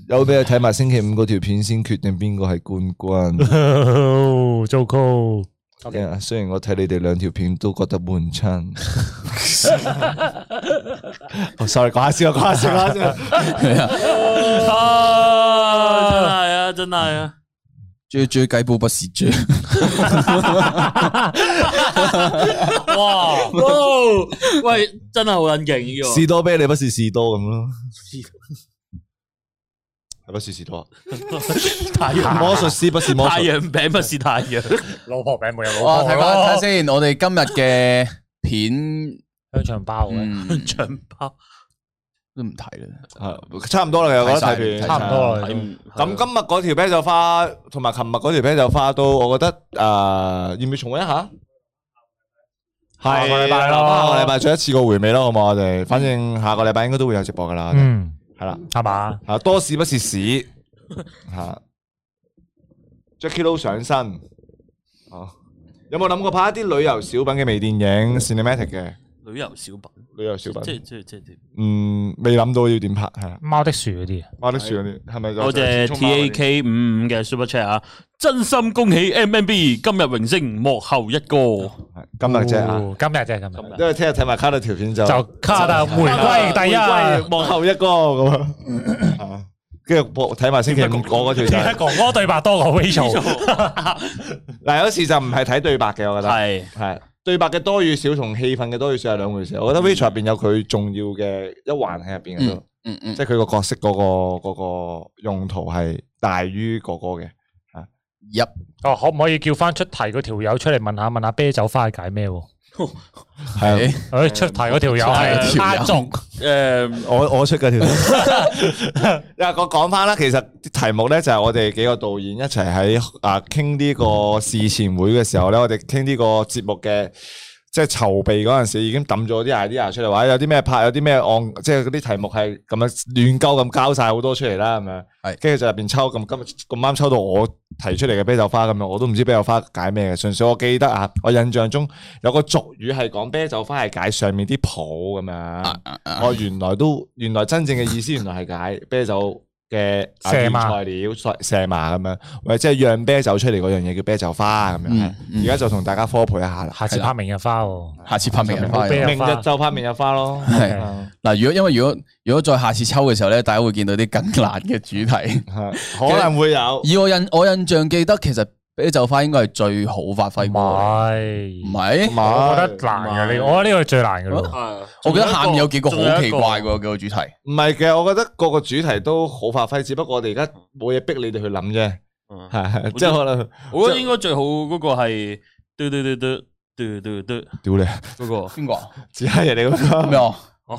有俾佢睇埋星期五嗰條片先決定邊個係冠軍。嗯 [LAUGHS] 糟糕！ [LAUGHS] 雖然我睇你哋兩條片都覺得悶親。哦 sorry，講下 [LAUGHS] 先啊，講下先，講下先啊。啊，真係啊，真係啊！追追雞煲不是豬。哇，哇喂，真係好撚勁呢個。士多啤梨不是士多咁咯，係不是士多。太陽魔術師不是魔術太陽餅不是太陽，老婆餅冇有哇，睇翻睇先，我哋今日嘅片香腸包啊嘅香腸包都唔睇啦。差唔多啦，有得睇啊片，差唔多啦咁今日嗰條啤酒花同埋琴日嗰條啤酒花都，我覺得诶，要唔要重温一下？下個禮拜咯下個禮拜再一次過回味咯，好唔好？我哋反正下個禮拜應該都會有直播噶啦。嗯，係啦，係嘛？啊，多事不是 [LAUGHS] 屎，吓 Jackie Lou 上身。Ờ. 哦，有冇諗過拍一啲旅遊小品嘅微電影 cinematic 嘅？旅遊小品，旅遊小品即係即係即係即係。嗯，未諗到要點拍，係啦。貓的樹嗰啲，貓的樹嗰啲係咪有多謝隻小貓嗰啲 TAK 五五嘅 ừ, Super Chat à. 啊！真心恭喜 MMB 今日榮升幕後一哥，今日啫啊今日啫，今日。因為聽日睇埋卡特條片就就卡特回歸第一回歸幕後一哥 [LAUGHS] 咁啊啊！跟住播睇埋星期五我嗰條就點解係哥哥對白多過 [LAUGHS] Rachel？嗱，有時就唔係睇對白嘅，我覺得係係對白嘅多與少同氣氛嘅多與少係兩回事。我覺得 Rachel 入邊有佢重要嘅一環喺入邊嘅都，嗯嗯，即係佢個角色嗰個嗰個用途係大於哥哥嘅。入哦，可唔可以叫翻出題嗰條友出嚟問下問下啤酒花係解咩喎？ [LAUGHS] 係啊誒出題嗰條友出題嗰條係友阿仲，誒，我我出嘅條。 [LAUGHS] 嗱，我講翻啦，其實題目咧就係我哋幾個導演一齊喺啊傾呢個事前會嘅時候咧，我哋傾呢個節目嘅。即係籌備嗰陣時已經抌咗啲 idea 出嚟，或者有啲咩拍，有啲咩案，即係嗰啲題目係咁樣亂鳩咁交晒好多出嚟啦，咁樣。係。跟住就入邊抽咁今日咁啱抽到我提出嚟嘅啤酒花咁樣，我都唔知啤酒花解咩嘅，純粹我記得啊，我印象中有個俗語係講啤酒花係解上面啲泡咁樣。我原來都原來真正嘅意思原來係解啤酒 [LAUGHS] 嘅啊射原麻材料所射麻咁樣，或者即係釀啤酒出嚟嗰樣嘢叫啤酒花咁樣嗯。而家就同大家科普一下啦。下次拍明日花喎，下次拍明日花明日明花日就拍明日花咯。系嗱，如果因為如果如果再下次抽嘅時候咧，大家會見到啲更辣嘅主題，可能會有。以我印我印象記得，其實啤酒花應該係最好發揮過嘅，唔係唔係，我覺得難嘅呢個，我覺得呢個係最難嘅咯。我記得下面有幾個好奇怪嘅嗰個主題，啊唔係嘅，我覺得個個主題都好發揮，只不過我哋而家冇嘢逼你哋去諗啫， [LAUGHS] 係即係可能我覺得應該最好嗰個係嘟嘟嘟嘟嘟嘟嘟，屌你嗰個邊個？只係人哋嗰個咩啊？哦，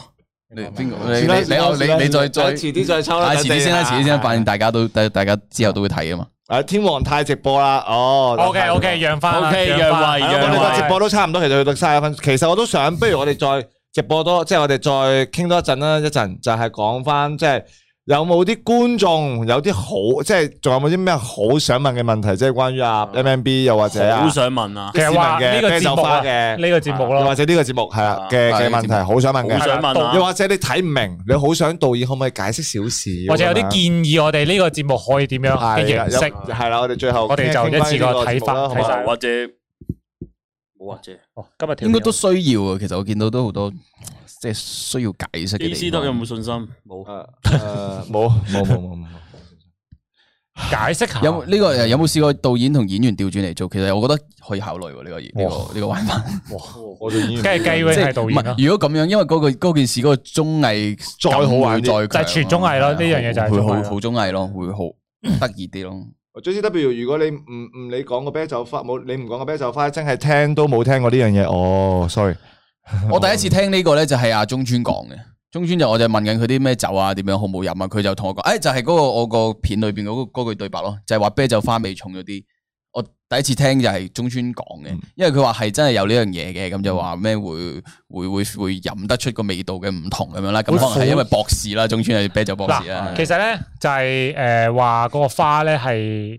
你邊個你你你你你再再遲啲再抽啦係遲啲先啦，等遲啲你先啦，啊反正大家都大大家之後都會睇啊嘛。誒天皇太直播啦，哦 OK，OK，讓返啦 OK，讓讓返位，係啦讓我哋位個直播都差唔多，其實去到三十分，其實我都想，不如我哋再直播多，即係我哋再傾多一陣啦，一陣就係講翻即係。有冇啲觀眾有啲好，即係仲有冇啲咩好想問嘅問題，即係關於啊 M M B 又或者啊好想問啊即係市民嘅其實話呢個啤酒節目啊花嘅呢個節目咯又或者呢個節目係啦嘅啊嘅呢個問題，節目好想問嘅，好想問啊又或者你睇唔明，你好想導演可唔可以解釋少少，啊或者有啲建議，我哋呢個節目可以點樣嘅係啦形式？有係啦，我哋最後我哋就一次過睇法睇晒。或者冇或者。哦，今日應該都需要啊。其實我見到都好多即係需要解釋嘅 A 地 C 方得有冇信心？冇。 [LAUGHS] 冇冇冇冇冇。 [LAUGHS] 解釋下有冇呢個有冇試過導演同演員調轉嚟做？其實我覺得可以考慮喎呢個呢個呢個玩法。哇！我做演員梗係雞 wing 係導演啦啊唔係如果咁樣，因為嗰個嗰件事嗰個綜藝再好玩啲感會再強就係全綜藝咯呢樣嘢就係綜藝會咯好好綜藝咯，會好得意啲咯。 J C W，如果你唔唔你講個啤酒花冇，你唔講個啤酒花，真係聽都冇聽過呢樣嘢。哦，sorry，我第一次聽呢個咧就係阿中村講嘅，中村就我就問緊佢啲咩酒啊，點樣好唔好飲啊，佢就同我講，誒、就係嗰個我個片裏邊嗰個嗰句對白咯，就係、話啤酒花味重咗啲。我第一次聽就係中村講嘅，因為佢話係真係有呢樣嘢嘅，咁就話咩會會會會飲得出個味道嘅唔同咁樣啦，咁會可能係因為苦博士啦，中村係啤酒博士啦嗱，。其實咧就係誒話嗰個花咧係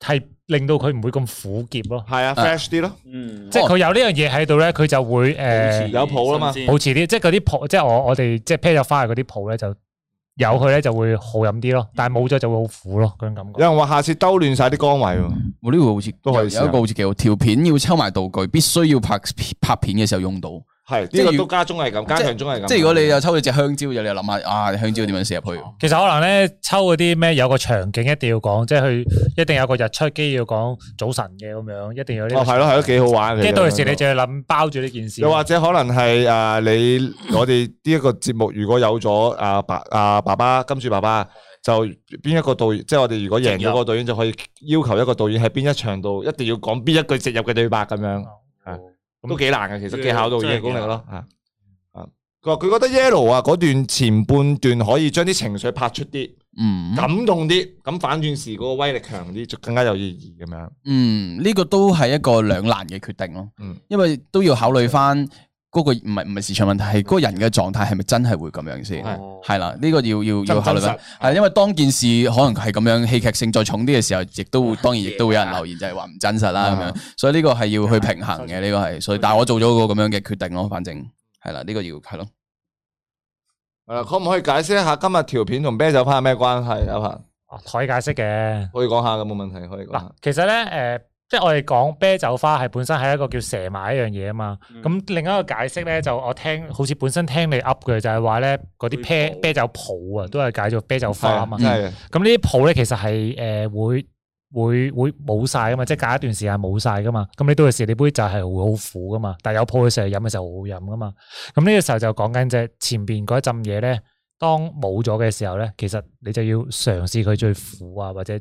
係令到佢唔會咁苦澀咯。係啊，fresh 啲咯，嗯即係佢有呢樣嘢喺度咧，佢就會誒有譜啦嘛保持啲即係嗰啲鋪，即係我我哋即係啤咗花嘅嗰啲鋪咧，就有佢咧就會好飲啲咯，但係冇咗就會好苦咯，嗰種感覺。有人話下次兜亂晒啲崗位喎。我呢個好似都可以有試有下一個好似幾好，條片要抽埋道具，必須要拍拍片嘅時候用到。係即係呢個如都加綜藝感，加強綜藝感。即係如果你又抽到隻香蕉，就你又諗下啊，香蕉點樣射入去？哦其實可能咧抽嗰啲咩有個場景一定要講，即係佢一定有個日出機要講早晨嘅咁樣，一定有呢個。哦係咯係咯幾好玩嘅跟住到時你就要諗包住呢件事。又或者可能係誒你我哋呢一個節目，如果有咗阿爸阿爸爸金主爸爸，就邊一個導演，即係我哋如果贏咗個導演，就可以要求一個導演喺邊一場度一定要講邊一句植入嘅對白咁樣，啊都幾難嘅，其實技巧導演嘅功力咯，啊啊，佢話佢覺得 Yellow 啊嗰段前半段可以將啲情緒拍出啲，嗯，感動啲，咁反轉時嗰個威力強啲，就更加有意義咁樣。嗯，呢、個都係一個兩難嘅決定咯。嗯因為都要考慮翻嗰個唔係唔係市場問題，係嗰個人嘅狀態係咪真係會咁樣先？係啦，呢、個要要真要考慮真實翻。係因為當件事可能係咁樣戲劇性再重啲嘅時候，亦都會當然亦都會有人留言就係話唔真實啦咁樣。所以呢個係要去平衡嘅，呢個係。所以但係我做咗個咁樣嘅決定咯，反正係啦，呢、個要係咯。係啦，可唔可以解釋一下今日條片同啤酒花有咩關係啊？鵬可以解釋嘅，可以講下嘅冇問題，可以講下。其實咧，誒、即係我哋講啤酒花係本身係一個叫蛇麻一樣嘢啊嘛。咁、另一個解釋咧，就我聽好似本身聽你噏嘅就係話咧，嗰啲啤啤酒泡啊，都係解做啤酒花啊嘛。係係嗯咁呢啲泡咧，其實係誒、會會會冇晒噶嘛，即係隔一段時間冇晒噶嘛。咁你到嘅時你杯就係會好苦噶嘛，但係有泡嘅時候飲嘅時候好好飲噶嘛。咁呢個時候就講緊即前邊嗰一浸嘢咧，當冇咗嘅時候咧，其實你就要嘗試佢最苦啊或者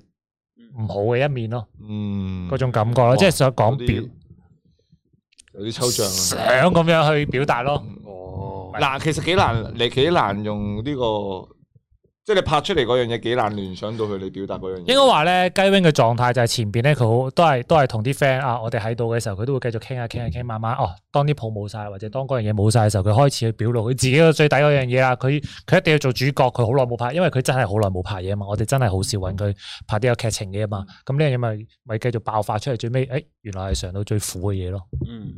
唔好嘅一面咯。嗯，嗰種感覺咯，即係想講表有啲抽象想啊。哦咁樣去表達咯。嗱，其實幾難，你幾難用呢個，即係你拍出嚟嗰樣嘢幾難聯想到佢你表達嗰樣嘢。應該話咧，雞 wing 嘅狀態就係前邊咧，佢好都係都係同啲 friend 啊，我哋喺度嘅時候，佢都會繼續傾下傾下傾，慢慢哦，當啲鋪冇晒，或者當嗰樣嘢冇晒嘅時候，佢開始去表露佢自己嘅最底嗰樣嘢啦。佢佢一定要做主角，佢好耐冇拍，因為佢真係好耐冇拍嘢啊嘛。我哋真係好少揾佢拍啲有劇情嘅嘢嘛。咁呢樣嘢咪咪繼續爆發出嚟，最尾誒、哎原來係上到最苦嘅嘢咯。嗯，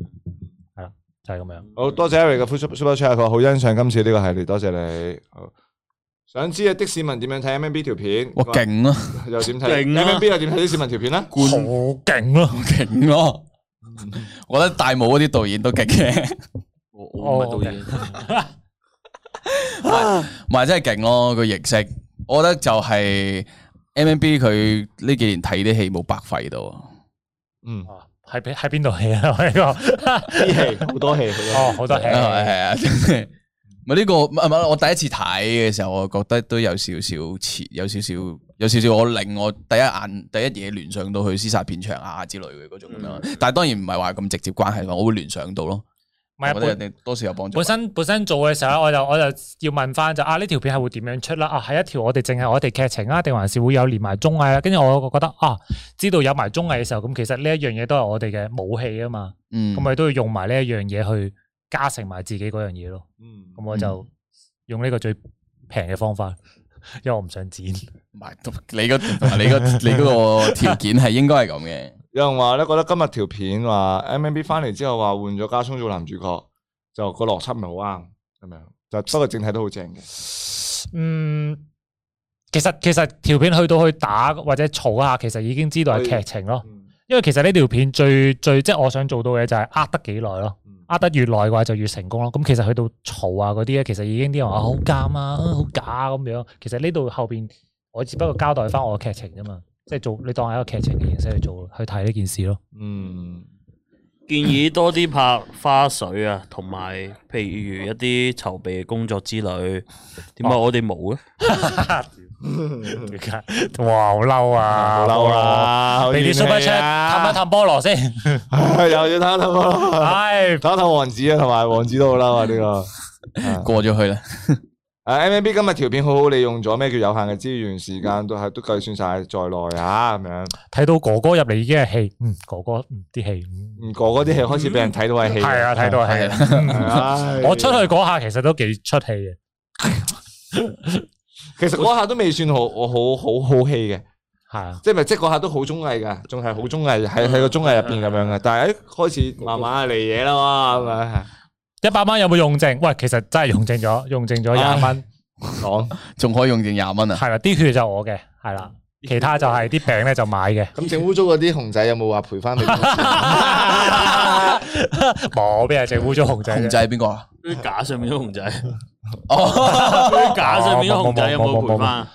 係啦，就係、咁樣。好多謝 Eric 嘅 super super chat，佢話好欣賞今次呢個系列，多謝你。好想知啊的市民點樣睇 M M B 條片？哇勁啊！又點睇勁啊啊 M M B 又點睇的市民條片咧？啊好勁咯，好勁咯！我覺得大武嗰啲導演都勁嘅，我唔係哦導演啊唔係真係勁咯個形式。我覺得就係 M M B 佢呢幾年睇啲戲冇白費到啊。嗯，喺邊喺邊度戲啊？ [LAUGHS] 呢個啲戲好多戲，哦好多戲係啊係啊，真係咪呢個唔係唔係我第一次睇嘅時候，我覺得都有少少似，有少少有少少我令我第一眼第一嘢聯想到去屍殺片場啊之類嘅嗰種咁嗯樣。嗯但係當然唔係話咁直接關係，我會聯想到咯。唔係啊我覺得人哋多少有幫助。本身本身做嘅時候，我就我就要問翻就啊呢條片係會點樣出啦？啊係一條我哋淨係我哋劇情啊，定還是會有連埋綜藝啊？跟住我覺得啊，知道有埋綜藝嘅時候，咁其實呢一樣嘢都係我哋嘅武器啊嘛。嗯咁咪都要用埋呢一樣嘢去加成埋自己嗰樣嘢咯。嗯，咁我就用呢個最平嘅方法，因為我唔想剪。唔係你個 [LAUGHS] 你個你嗰個條件係應該係咁嘅。有人話咧，覺得今日條片話 M M B 翻嚟之後話換咗家聰做男主角，就個邏輯咪好啱咁樣，就不過整體都好正嘅。嗯，其實其實條片去到去打或者嘈一下，其實已經知道係劇情咯。嗯因為其實呢條片最最即係我想做到嘅就係呃得幾耐咯，嗯呃得越耐嘅話就越成功咯。咁其實去到嘈啊嗰啲咧，其實已經啲嗯人話啊好監啊，好假啊咁樣。其實呢度後邊我只不過交代翻我嘅劇情啫嘛，即係做你當係一個劇情嘅形式去做去睇呢件事咯。嗯，建議多啲拍花絮啊，同埋譬如一啲籌備嘅工作之類。點解我哋冇咧？ [LAUGHS] 點解哇，好嬲啊！嗯好嬲啊菠蘿好俾啲怨氣 super 啊 chat 氹一氹菠蘿先。 [LAUGHS] 又要睇一睇咯，唉， [LAUGHS] 睇一睇王子啊，同埋王子都好嬲啊 [LAUGHS] 呢個，過咗去啦。 [LAUGHS] 啊 M M B 今日條片好好利用咗咩叫有限嘅資源時間，都係都計算晒在內啊咁樣。睇到哥哥入嚟已經係戲，嗯，哥哥嗯啲戲，嗯，哥哥啲戲開始俾人睇到係戲，係啊，睇到係 [LAUGHS] 唉戲。我出去嗰下其實都幾出戲嘅，其實嗰下都未算好，我好好好戲嘅，係啊，即係咪即係嗰下都好綜藝噶，仲係好綜藝喺喺個綜藝入邊咁樣嘅，但係誒開始慢慢嚟嘢啦嘛，咁啊，一百蚊有冇用剩？喂，其實真係用剩咗，用剩咗廿蚊，講仲可以用剩廿蚊啊！係啦，啲血就我嘅，係啦，其他就係啲餅咧就買嘅。 [LAUGHS] 咁整污糟嗰啲熊仔有冇話賠翻俾？冇邊係整污糟熊仔啫？熊仔係邊個啊？ [LAUGHS] 啲架上面啲熊仔，啲架上面啲熊仔有冇賠翻？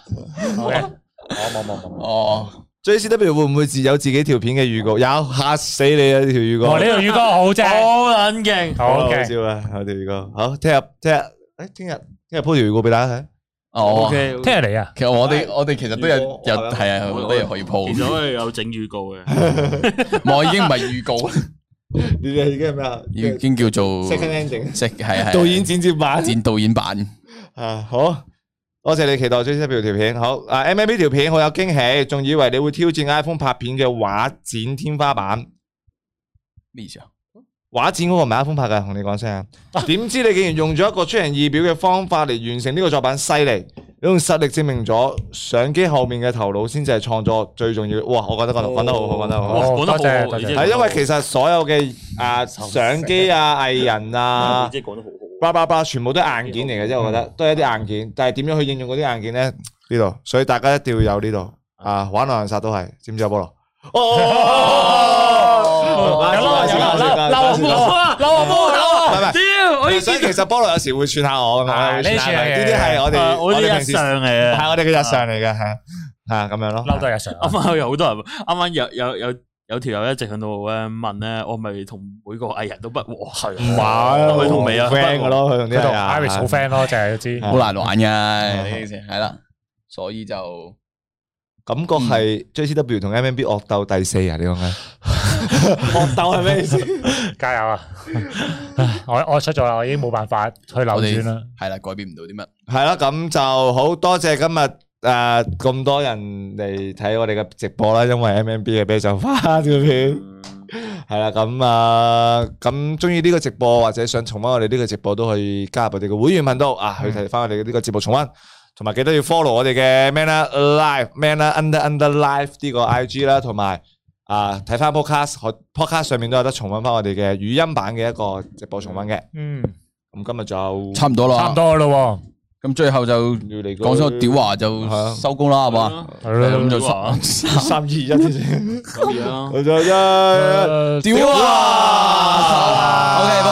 冇冇冇哦，J C W 會唔會自有自己條片嘅預告？有嚇死你啊！呢條預告，哇呢條預告好正好撚勁，好好笑啊！我條預告，好聽日聽日誒聽日聽日鋪條預告俾大家睇。哦 OK，聽日嚟啊！其實我哋我哋其實都有有係啊，有啲嘢可以其實鋪。我哋有整預告嘅，我已經唔係預告啦，你哋已經係咩啊？已經叫做 Second ending 即係 [LAUGHS] 係導演剪接版，剪導演版。啊，好多謝你期待 J C W 條片。好啊，M M B 條片好有驚喜，仲以為你會挑戰 iPhone 拍片嘅畫展天花板。咩意思啊？畫展嗰個唔係 iPhone 拍嘅，同你講聲啊！點知你竟然用咗一個出人意表嘅方法嚟完成呢個作品，犀利！你用實力證明咗相機後面嘅頭腦先至係創作最重要。哇！我覺得講得講得好好，講得好好，哇講得好好多謝你真係係因為其實所有嘅啊相機啊、藝人啊，即係講得好好。叭叭叭，全部都係硬件嚟嘅啫，我覺得都係一啲硬件，但係點樣去應用嗰啲硬件咧？呢度，所以大家一定要有呢度啊！玩狼人殺都係，知唔知啊，菠蘿？哦，有啦有啦，鬧鬧我啊，鬧我唔波，係唔鬧我，係屌，我已所以經其實菠蘿有時會串下我咁樣，呢會啲串下佢係呢啲係我啊哋我啲哋平時日常嚟嘅係我哋嘅日常嚟嘅，係啊咁樣咯。嬲都係日常。啱啱有好多人，啱啱有有有有條友一直喺度咧問咧，我咪同每個藝人都不和，唔係啊咪同你啊 friend 嘅咯，佢同啲佢同人啊 Iris 好 friend 咯，就係知好難玩嘅呢件事，係啦，所以就感覺係 JCW 同 MMB 惡鬥第四啊！你講緊惡鬥係咩意思？加油啊！唉我我出咗啦，我已經冇辦法去扭轉啦。係啦，改變唔到啲乜。係啦，咁就好多謝今日。誒咁多人嚟睇我哋嘅直播啦，因為 MMB 嘅啤酒花條片係啦，咁啊咁中意呢個直播或者想重温我哋呢個直播都可以加入我哋嘅會員頻道嗯啊，去睇翻我哋呢個節目重温，同埋記得要 follow 我哋嘅 Manner Live Manner Under Under Live 呢個 IG 啦，同埋啊睇翻 podcast 可 podcast 上面都有得重温翻我哋嘅語音版嘅一個直播重温嘅。嗯，咁今日就差唔多啦差唔多啦喎。咁最後就講咗屌華就收工啦，係嘛？係啦咁就屌華三三二一先。 [LAUGHS] 啊好咗一，屌啊！OK，拜拜。